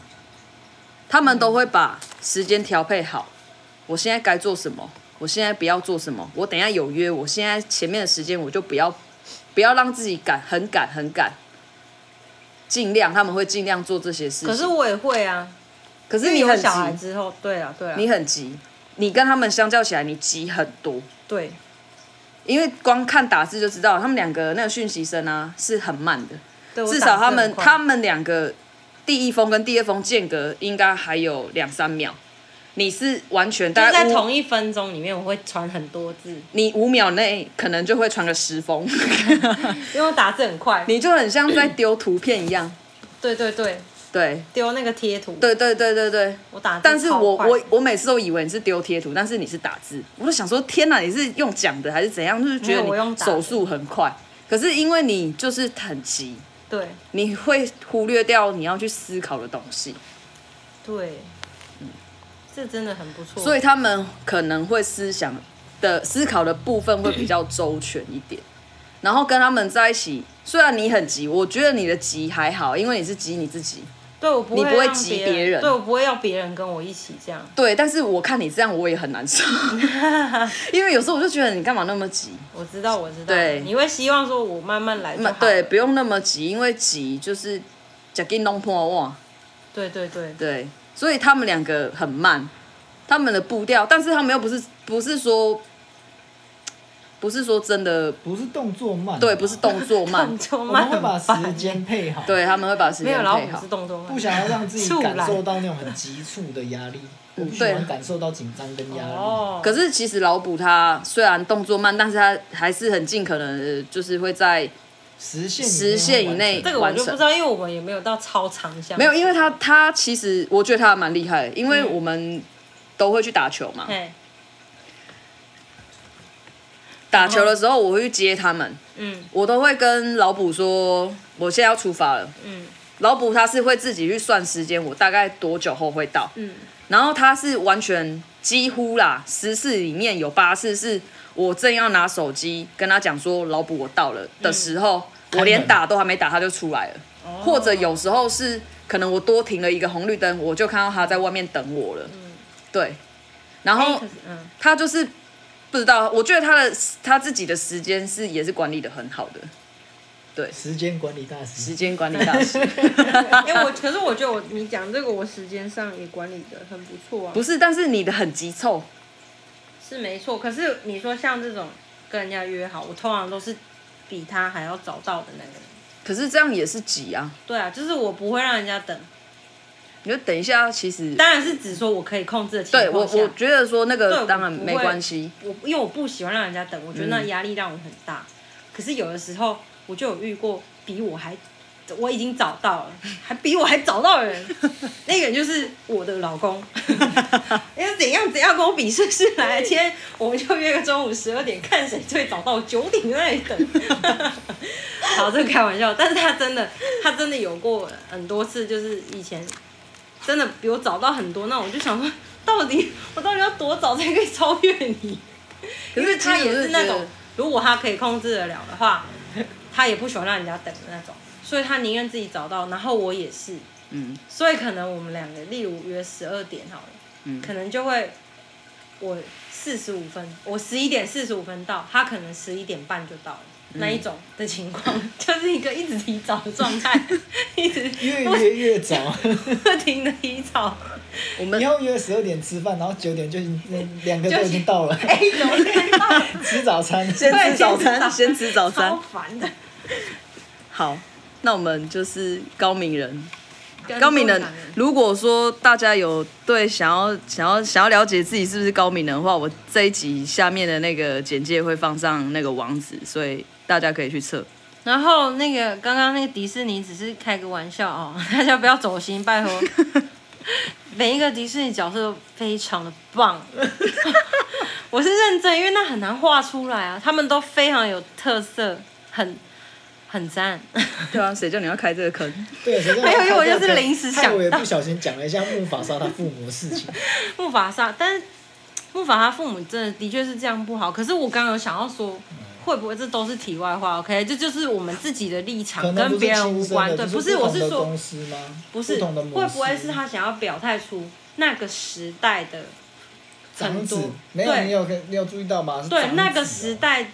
Speaker 1: 他们都会把时间调配好。我现在该做什么？我现在不要做什么？我等一下有约，我现在前面的时间我就不要，不要让自己赶，很赶，很赶。尽量他们会尽量做这些事情。
Speaker 2: 可是我也会啊，
Speaker 1: 可
Speaker 2: 因
Speaker 1: 是
Speaker 2: 为
Speaker 1: 你
Speaker 2: 有
Speaker 1: 很
Speaker 2: 小孩
Speaker 1: 急，
Speaker 2: 之后，对啊，对啊，
Speaker 1: 你很急，你跟他们相较起来，你急很多。
Speaker 2: 对，
Speaker 1: 因为光看打字就知道，他们两个那个讯息声啊是很慢的，
Speaker 2: 对我
Speaker 1: 至
Speaker 2: 打
Speaker 1: 少
Speaker 2: 字
Speaker 1: 他
Speaker 2: 很
Speaker 1: 们
Speaker 2: 快
Speaker 1: 他们两个第一封跟第二封间隔应该还有两三秒，你是完全
Speaker 2: 就
Speaker 1: 大概
Speaker 2: 在
Speaker 1: 五
Speaker 2: 同一分钟里面，我会传很多字，
Speaker 1: 你五秒内可能就会传个十封，
Speaker 2: 因为我打字很快，
Speaker 1: 你就很像在丢图片一样，
Speaker 2: 对对对，
Speaker 1: 对
Speaker 2: 丢那个贴图，
Speaker 1: 对对对对对。
Speaker 2: 我打字超快，
Speaker 1: 但是我我我每次都以为你是丢贴图，但是你是打字，我都想说天哪，你是用讲的还是怎样？就是觉
Speaker 2: 没有我
Speaker 1: 得
Speaker 2: 用
Speaker 1: 你
Speaker 2: 打的
Speaker 1: 手速很快，可是因为你就是很急，
Speaker 2: 对
Speaker 1: 你会忽略掉你要去思考的东西，
Speaker 2: 对，这真的很不错，
Speaker 1: 所以他们可能会思想的思考的部分会比较周全一点。然后跟他们在一起，虽然你很急，我觉得你的急还好，因为你是急你自己。
Speaker 2: 对我不
Speaker 1: 你
Speaker 2: 会
Speaker 1: 不会
Speaker 2: 让
Speaker 1: 急
Speaker 2: 别
Speaker 1: 别人
Speaker 2: 对我不会要别人跟我一起这样，
Speaker 1: 对，但是我看你这样，我也很难受， 因为有时候我就觉得你干嘛那么急？
Speaker 2: 我知道我知道，
Speaker 1: 对
Speaker 2: 你会希望说我慢慢来就
Speaker 1: 那
Speaker 2: 好了，
Speaker 1: 对，不用那么急，因为急就是夹紧弄破哇。
Speaker 2: 对对对，
Speaker 1: 对，所以他们两个很慢，他们的步调，但是他们又不是不是说不是说真的，
Speaker 5: 不是动作慢，啊
Speaker 1: 对，不是动作慢
Speaker 2: 动，作
Speaker 5: 我们
Speaker 2: 慢
Speaker 5: 会
Speaker 2: 很
Speaker 5: 把
Speaker 2: 慢，
Speaker 5: 时间配好，，
Speaker 1: 对他们会把时
Speaker 2: 没
Speaker 1: 间
Speaker 2: 有老
Speaker 1: 配
Speaker 2: 虎
Speaker 1: 好
Speaker 2: 是。动作慢，
Speaker 5: 不想要让自己
Speaker 2: 速来
Speaker 5: 感受到那种很急促的压力，我不喜
Speaker 1: 对
Speaker 5: 欢感受到紧张跟压力。
Speaker 2: 哦，
Speaker 1: 可是其实老卜他虽然动作慢，但是他还是很尽可能的，就是会在
Speaker 5: 实现
Speaker 1: 时限以内
Speaker 2: 这个我
Speaker 1: 完
Speaker 2: 就不
Speaker 1: 成
Speaker 2: 知道，因为我们也没有到超长项，
Speaker 1: 没有，因为他他其实我觉得他还蛮厉害的，因为
Speaker 2: 嗯
Speaker 1: 我们都会去打球嘛，
Speaker 2: 嘿，
Speaker 1: 打球的时候我会去接他们，
Speaker 2: 嗯
Speaker 1: 我都会跟老卜说我现在要出发了，
Speaker 2: 嗯
Speaker 1: 老卜他是会自己去算时间，我大概多久后会到。
Speaker 2: 嗯，
Speaker 1: 然后他是完全几乎啦，十次里面有八次是我正要拿手机跟他讲说老卜我到了的时
Speaker 2: 嗯
Speaker 1: 候，我连打都还没打他就出来了。
Speaker 2: 哦
Speaker 1: 或者有时候是可能我多停了一个红绿灯，我就看到他在外面等我了。对，然
Speaker 2: 嗯哎
Speaker 1: 后
Speaker 2: 可是嗯
Speaker 1: 他就是不知道，我觉得他的他自己的时间是也是管理的很好的，
Speaker 5: 时间管理大师
Speaker 1: 时，间管理大 师。
Speaker 2: 哎、我可是我觉得我你讲这个，我时间上也管理的很不错啊。
Speaker 1: 不是，但是你的很急凑，
Speaker 2: 是没错，可是你说像这种跟人家约好，我通常都是比他还要早到的那个人。
Speaker 1: 可是这样也是急啊。
Speaker 2: 对啊，就是我不会让人家等，
Speaker 1: 你就等一下，其实
Speaker 2: 当然是只说我可以控制的情
Speaker 1: 对我
Speaker 2: 况下。
Speaker 1: 我觉得说那
Speaker 2: 对
Speaker 1: 个
Speaker 2: 我
Speaker 1: 当然
Speaker 2: 不
Speaker 1: 没
Speaker 2: 会
Speaker 1: 关系，
Speaker 2: 我因为我不喜欢让人家等，我觉得那压力让我很大。可是有的时候我就有遇过比我还我已经找到了，还比我还找到人，那个人就是我的老公， 要怎样怎样跟我比试试来，今天我们就约个中午十二点，看谁最早到九点在那里等。 好，这个开玩笑，但是他真的，他真的有过很多次，就是以前真的比我早到很多，那我就想说，到底 我到底要多早才可以超越你？
Speaker 1: 可
Speaker 2: 因
Speaker 1: 是
Speaker 2: 为
Speaker 1: 其实
Speaker 2: 他也
Speaker 1: 我
Speaker 2: 是那
Speaker 1: 觉
Speaker 2: 种
Speaker 1: 得，
Speaker 2: 如果他可以控制得了的话，他也不喜欢让人家等的那种，所以他宁愿自己找到。然后我也是，
Speaker 1: 嗯
Speaker 2: 所以可能我们两个，例如约十二点好了，
Speaker 1: 嗯
Speaker 2: 可能就会我四十五分，我十一点四十五分到，他可能十一点半就到了。
Speaker 1: 嗯
Speaker 2: 那一种的情况， 就是一个一直提早的状 态，一直
Speaker 5: 越约越早，
Speaker 2: 不停的提早。
Speaker 1: 我们
Speaker 5: 以后约十二点吃饭，然后九点就已经两个都已经到 了，
Speaker 2: 哎、有人到，
Speaker 5: 吃早餐。
Speaker 1: 先
Speaker 2: 对
Speaker 1: 吃早
Speaker 2: 先吃早
Speaker 1: 餐，先吃早
Speaker 2: 超
Speaker 1: 餐。
Speaker 2: 烦的。
Speaker 1: 好，那我们就是高明人。
Speaker 4: 跟
Speaker 1: 高敏
Speaker 4: 共
Speaker 1: 人
Speaker 4: 感，
Speaker 1: 如果说大家有对想要想要想要了解自己是不是高敏人的话，我这一集下面的那个简介会放上那个网址，所以大家可以去测。
Speaker 2: 然后那个刚刚那个迪士尼只是开个玩笑哦， 大家不要走心，拜托。每一个迪士尼角色都非常的棒， 我是认真，因为那很难画出来啊，他们都非常有特色，很很赞。
Speaker 1: 对啊，谁叫你要开这个坑？
Speaker 5: 对， 谁知道
Speaker 2: 还有哎因为我就是临时想到
Speaker 5: 害我也不小心讲了一下木法沙他父母的事情。
Speaker 2: 木法沙，但是木法他父母真的的确是这样不好。可是我刚刚有想要说，会不会这都是题外话？OK，这就是我们自己的立
Speaker 5: 可能
Speaker 2: 场，跟
Speaker 5: 不是
Speaker 2: 别人
Speaker 5: 亲
Speaker 2: 无
Speaker 5: 生
Speaker 2: 关。
Speaker 5: 的，
Speaker 2: 对，
Speaker 5: 只
Speaker 2: 不是，我
Speaker 5: 同
Speaker 2: 是
Speaker 5: 的
Speaker 2: 说
Speaker 5: 公，司吗？
Speaker 2: 不是，
Speaker 5: 同的模
Speaker 2: 会
Speaker 5: 式，
Speaker 2: 不会是他想要表态出那个时代的
Speaker 5: 长
Speaker 2: 很
Speaker 5: 子
Speaker 2: 多？
Speaker 5: 没有，
Speaker 2: 对
Speaker 5: 你有你有注意到吗？是
Speaker 2: 对
Speaker 5: 长
Speaker 2: 那
Speaker 5: 子
Speaker 2: 个
Speaker 5: 哦
Speaker 2: 时代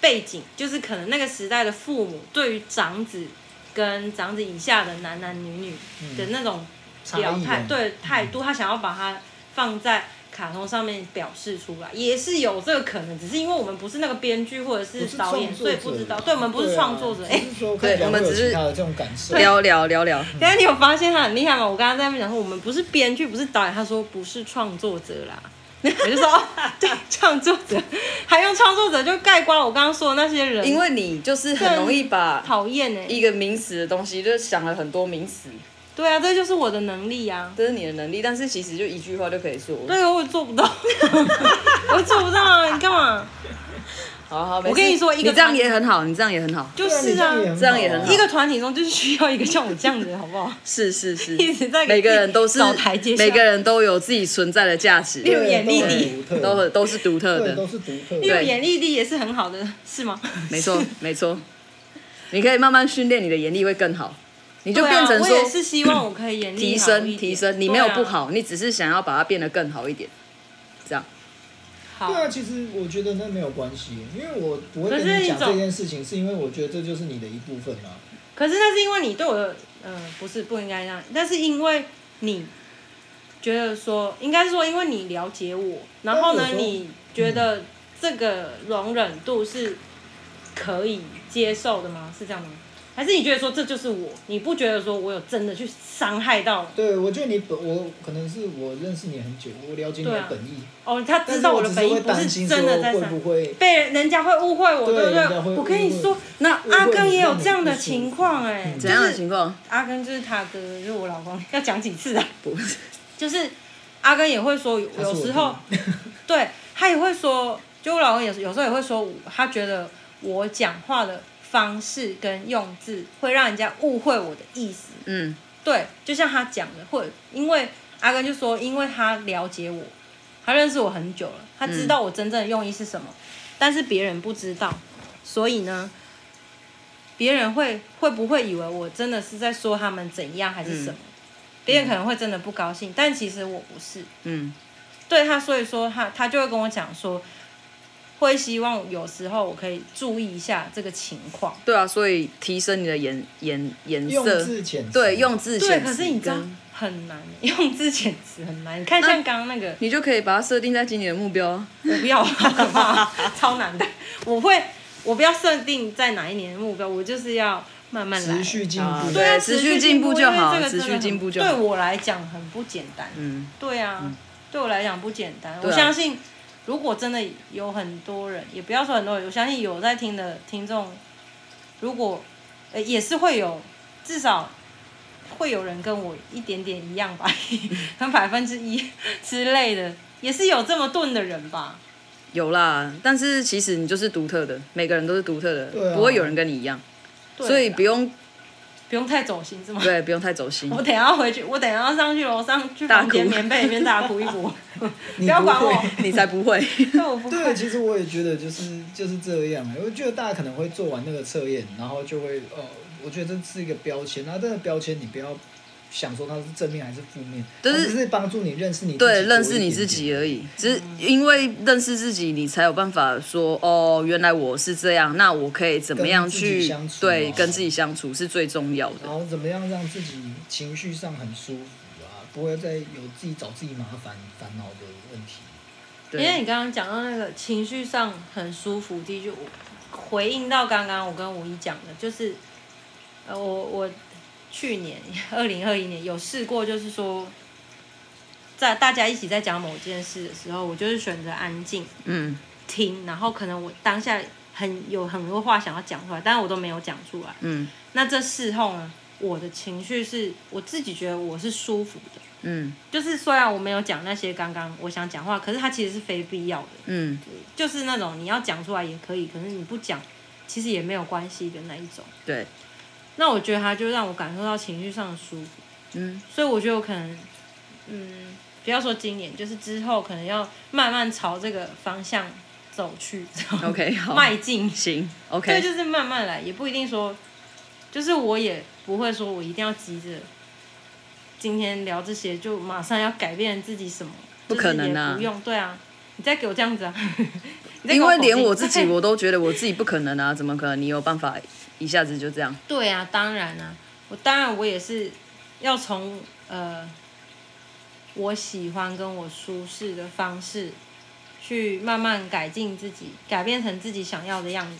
Speaker 2: 背景，就是可能那个时代的父母对于长子跟长子以下的男男女女的
Speaker 5: 嗯
Speaker 2: 那种
Speaker 5: 差异
Speaker 2: 表态
Speaker 5: 啊，
Speaker 2: 对态度，他想要把它放在卡通上面表示出来，也是有这个可能，只是因为我们不是那个编剧或者
Speaker 5: 不
Speaker 2: 是
Speaker 5: 是
Speaker 2: 导演，
Speaker 5: 创
Speaker 2: 所
Speaker 5: 作
Speaker 2: 以
Speaker 5: 者啊
Speaker 2: 不知道。对，我们不是创作者。
Speaker 5: 对
Speaker 2: 哎
Speaker 5: 啊，只是说
Speaker 1: 对
Speaker 5: 可以
Speaker 1: 我们
Speaker 5: 聊
Speaker 1: 只是
Speaker 5: 其他的这种感受。
Speaker 1: 聊聊聊聊，
Speaker 2: 等一下你有发现他很厉害吗？我刚刚在那边讲说我们不是编剧，不是导演，他说不是创作者啦。 我就说哦，对，创作者，还用创作者就盖棺了我刚刚说的那些人，
Speaker 1: 因为你就是很容易把
Speaker 2: 讨厌呢。
Speaker 1: 一个名词的东西，就是想了很多名词，
Speaker 2: 对啊，这就是我的能力啊。
Speaker 1: 这是你的能力，但是其实就一句话就可以说。
Speaker 2: 那个我也做不到， 我做不到啊！你干嘛？
Speaker 1: 好好，没事
Speaker 2: 我跟你说一个
Speaker 1: 你这样也很好，你这样也很好。
Speaker 2: 就
Speaker 5: 对啊你
Speaker 2: 是啊，
Speaker 1: 这样也很好
Speaker 2: 一个团体中就是需要一个像我这样的人，好 不好？
Speaker 1: 是是是，
Speaker 2: 一直在给
Speaker 1: 每个人都是
Speaker 2: 自己找台阶下
Speaker 1: 每个人都有自己存在的价 值，
Speaker 2: 例如眼力
Speaker 5: 力
Speaker 2: 力
Speaker 1: 都很都是独特
Speaker 5: 对都
Speaker 1: 的，
Speaker 5: 是独特
Speaker 2: 因
Speaker 5: 的。
Speaker 2: 为眼力力也是很好的，是吗？
Speaker 1: 没 错没错。你可以慢慢训练你的眼力会更好，你就
Speaker 2: 对
Speaker 1: 变成
Speaker 2: 啊、我
Speaker 1: 说
Speaker 2: 也是希望我可以眼力
Speaker 1: 提
Speaker 2: 好一
Speaker 1: 升
Speaker 2: 点
Speaker 1: 提升，你没有
Speaker 2: 对啊
Speaker 1: 不好，你只是想要把它变得更好一点，这样。
Speaker 2: 好
Speaker 5: 对啊，其实我觉得那没有关系，因为我不会
Speaker 2: 可
Speaker 5: 跟
Speaker 2: 是
Speaker 5: 你
Speaker 2: 一
Speaker 5: 讲
Speaker 2: 种
Speaker 5: 这件事情，是因为我觉得这就是你的一部分啊。
Speaker 2: 可是那是因为你对我的，嗯、不是不应该这样，但是因为你觉得说，应该说因为你了解我，然后呢
Speaker 5: 但，有时候
Speaker 2: 你觉得这个容忍度是可以接受的吗？是这样吗？还是你觉得说这就是我，你不觉得说我有真的去伤害到
Speaker 5: 对，我觉得你本我可能是我认识你很久，我了解你
Speaker 2: 对啊
Speaker 5: 的本意，
Speaker 2: 哦？他
Speaker 5: 但
Speaker 2: 知
Speaker 5: 是
Speaker 2: 道我
Speaker 5: 我
Speaker 2: 的
Speaker 5: 只是
Speaker 2: 本意
Speaker 5: 会
Speaker 2: 不
Speaker 5: 担
Speaker 2: 是
Speaker 5: 心说
Speaker 2: 真的在
Speaker 5: 会
Speaker 2: 伤
Speaker 5: 不，会
Speaker 2: 被人家会误会我，
Speaker 5: 对
Speaker 2: 对不
Speaker 5: 人家会
Speaker 2: 对？
Speaker 5: 误
Speaker 2: 我
Speaker 5: 会
Speaker 2: 跟你说，
Speaker 1: 那
Speaker 5: 误会
Speaker 2: 阿根也
Speaker 5: 你
Speaker 2: 有
Speaker 5: 让
Speaker 2: 这样
Speaker 5: 你
Speaker 2: 的
Speaker 5: 不舒嗯
Speaker 2: 情
Speaker 5: 服
Speaker 2: 况哎、
Speaker 1: 怎样的情况？
Speaker 2: 阿根就是他哥，就是我老公，要讲几次啊？
Speaker 1: 不是，
Speaker 2: 就是阿根也会说，有
Speaker 5: 他是我
Speaker 2: 有时候
Speaker 5: 弟
Speaker 2: 对他也会说，就我老公也是有时候也会说，他觉得我讲话的方式跟用字会让人家误会我的意思。
Speaker 1: 嗯，
Speaker 2: 对，就像他讲的，会因为阿根就说，因为他了解我，他认识我很久了，他知道我真正的用意是什么，但是别人不知道，所以呢，别人会会不会以为我真的是在说他们怎样还是什么？别人可能会真的不高兴，但其实我不是。
Speaker 1: 嗯
Speaker 2: 对他，所以说他他就会跟我讲说，会希望有时候我可以注意一下这个情况。
Speaker 1: 对啊，所以提升你的颜颜颜
Speaker 5: 用
Speaker 1: 色，
Speaker 5: 字遣词
Speaker 1: 对，用字
Speaker 2: 对，
Speaker 1: 遣
Speaker 2: 可
Speaker 1: 词
Speaker 2: 是你知道
Speaker 1: 跟
Speaker 2: 很难 用字遣词很难。你看像刚刚那个，
Speaker 1: 你就可以把它设定在今年的目标啊。
Speaker 2: 我不要， 好可怕，超难的。我会，我不要设定在哪一年的目标，我就是要慢慢来
Speaker 5: 持。续进步。
Speaker 1: 啊
Speaker 2: 对啊，
Speaker 1: 持续进步就好
Speaker 2: 因为这个真的
Speaker 1: 持续进步就好
Speaker 2: 很对我来讲很不简单。
Speaker 1: 嗯，
Speaker 2: 对啊，对我来讲不简单。
Speaker 1: 对
Speaker 2: 我
Speaker 1: 啊
Speaker 2: 相信，如果真的有很多人，也不要说很多人，我相信有在听的听众，如果呃也是会有至少会有人跟我一点点一样吧， 可
Speaker 1: 嗯
Speaker 2: 能百分之一之类的，也是有这么钝的人吧。
Speaker 1: 有啦，但是其实你就是独特的，每个人都是独特
Speaker 5: 对
Speaker 1: 的，
Speaker 5: 啊
Speaker 1: 不会有人跟你一样，
Speaker 2: 对啊
Speaker 1: 所以
Speaker 2: 啦
Speaker 1: 不用
Speaker 2: 不用太走心是吗？
Speaker 1: 对，不用太走心
Speaker 2: 我。等一下要回去，我等一下要上去楼上去房间
Speaker 1: 大哭
Speaker 2: 棉被里面大哭一哭，
Speaker 5: 你
Speaker 2: 不要管
Speaker 5: 会
Speaker 2: 我，
Speaker 1: 你才不会，
Speaker 2: 对我不
Speaker 5: 对，其实我也觉得就是就是这样、欸。我觉得大家可能会做完那个测验，然后就会呃，我觉得这是一个标签。那这个标签你不要想说它是正面还是负面，
Speaker 1: 就
Speaker 5: 它
Speaker 1: 是
Speaker 5: 只是帮助你认识你自己
Speaker 1: 对，
Speaker 5: 多
Speaker 1: 认识
Speaker 5: 一
Speaker 1: 你
Speaker 5: 点
Speaker 1: 自
Speaker 5: 点
Speaker 1: 己而已。只是因为认识自己，你才有办法说哦，原来我是这样，那我可以怎么样
Speaker 5: 跟自己
Speaker 1: 去
Speaker 5: 相处
Speaker 1: 对
Speaker 5: 啊
Speaker 1: 跟自己相处是最重要的
Speaker 5: 然。
Speaker 2: 哦
Speaker 5: 后怎么样让自己情绪上很舒服啊，不会再有自己找自己麻烦烦恼的问题。
Speaker 1: 对，
Speaker 2: 因为你刚刚讲到那个情绪上很舒服，的确，我回应到刚刚我跟五一讲的，就是，呃，我我去年二零二一年有试过，就是说，在大家一起在讲某件事的时候，我就是选择安静
Speaker 1: 嗯，
Speaker 2: 听，然后可能我当下很有很多话想要讲出来，但是我都没有讲出来。
Speaker 1: 嗯
Speaker 2: 那这事后呢，我的情绪是我自己觉得我是舒服的，
Speaker 1: 嗯
Speaker 2: 就是虽然我没有讲那些刚刚我想讲话，可是它其实是非必要的。
Speaker 1: 嗯，
Speaker 2: 就是那种你要讲出来也可以，可是你不讲，其实也没有关系的那一种。
Speaker 1: 对，
Speaker 2: 那我觉得他就让我感受到情绪上的舒服，
Speaker 1: 嗯
Speaker 2: 所以我觉得我可能，嗯，不要说今年，就是之后可能要慢慢朝这个方向走去
Speaker 1: ，OK，好，
Speaker 2: 迈进。
Speaker 1: 行
Speaker 2: 对，
Speaker 1: ，OK，
Speaker 2: 就是慢慢来，也不一定说，就是我也不会说我一定要急着。今天聊这些，就马上要改变自己什么？
Speaker 1: 不可能啊
Speaker 2: 就是也不用，对啊，你再给我这样子啊！ 你再给
Speaker 1: 因
Speaker 2: 我
Speaker 1: 为
Speaker 2: 否
Speaker 1: 连
Speaker 2: 定
Speaker 1: 我自己我都觉得我自己不可能啊，怎么可能你有办法一下子就这样？
Speaker 2: 对啊，当然啊，我当然我也是要从呃我喜欢跟我舒适的方式去慢慢改进自己，改变成自己想要的样子，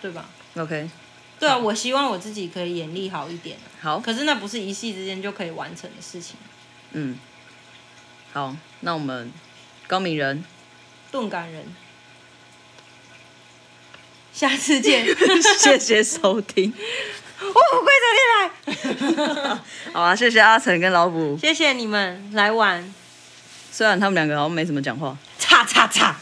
Speaker 2: 对吧？
Speaker 1: OK，
Speaker 2: 对啊，我希望我自己可以眼力好一点啊、
Speaker 1: 好，
Speaker 2: 可是那不是一夕之间就可以完成的事情。
Speaker 1: 嗯，好，那我们高敏人，
Speaker 2: 钝感人，下次见。
Speaker 1: 谢谢收听，
Speaker 2: 我不规则恋
Speaker 1: 好啊，谢谢阿成跟老虎
Speaker 2: 爱，，谢谢你们来玩，
Speaker 1: 虽然他们两个好像没怎么讲话。
Speaker 2: 叉叉叉。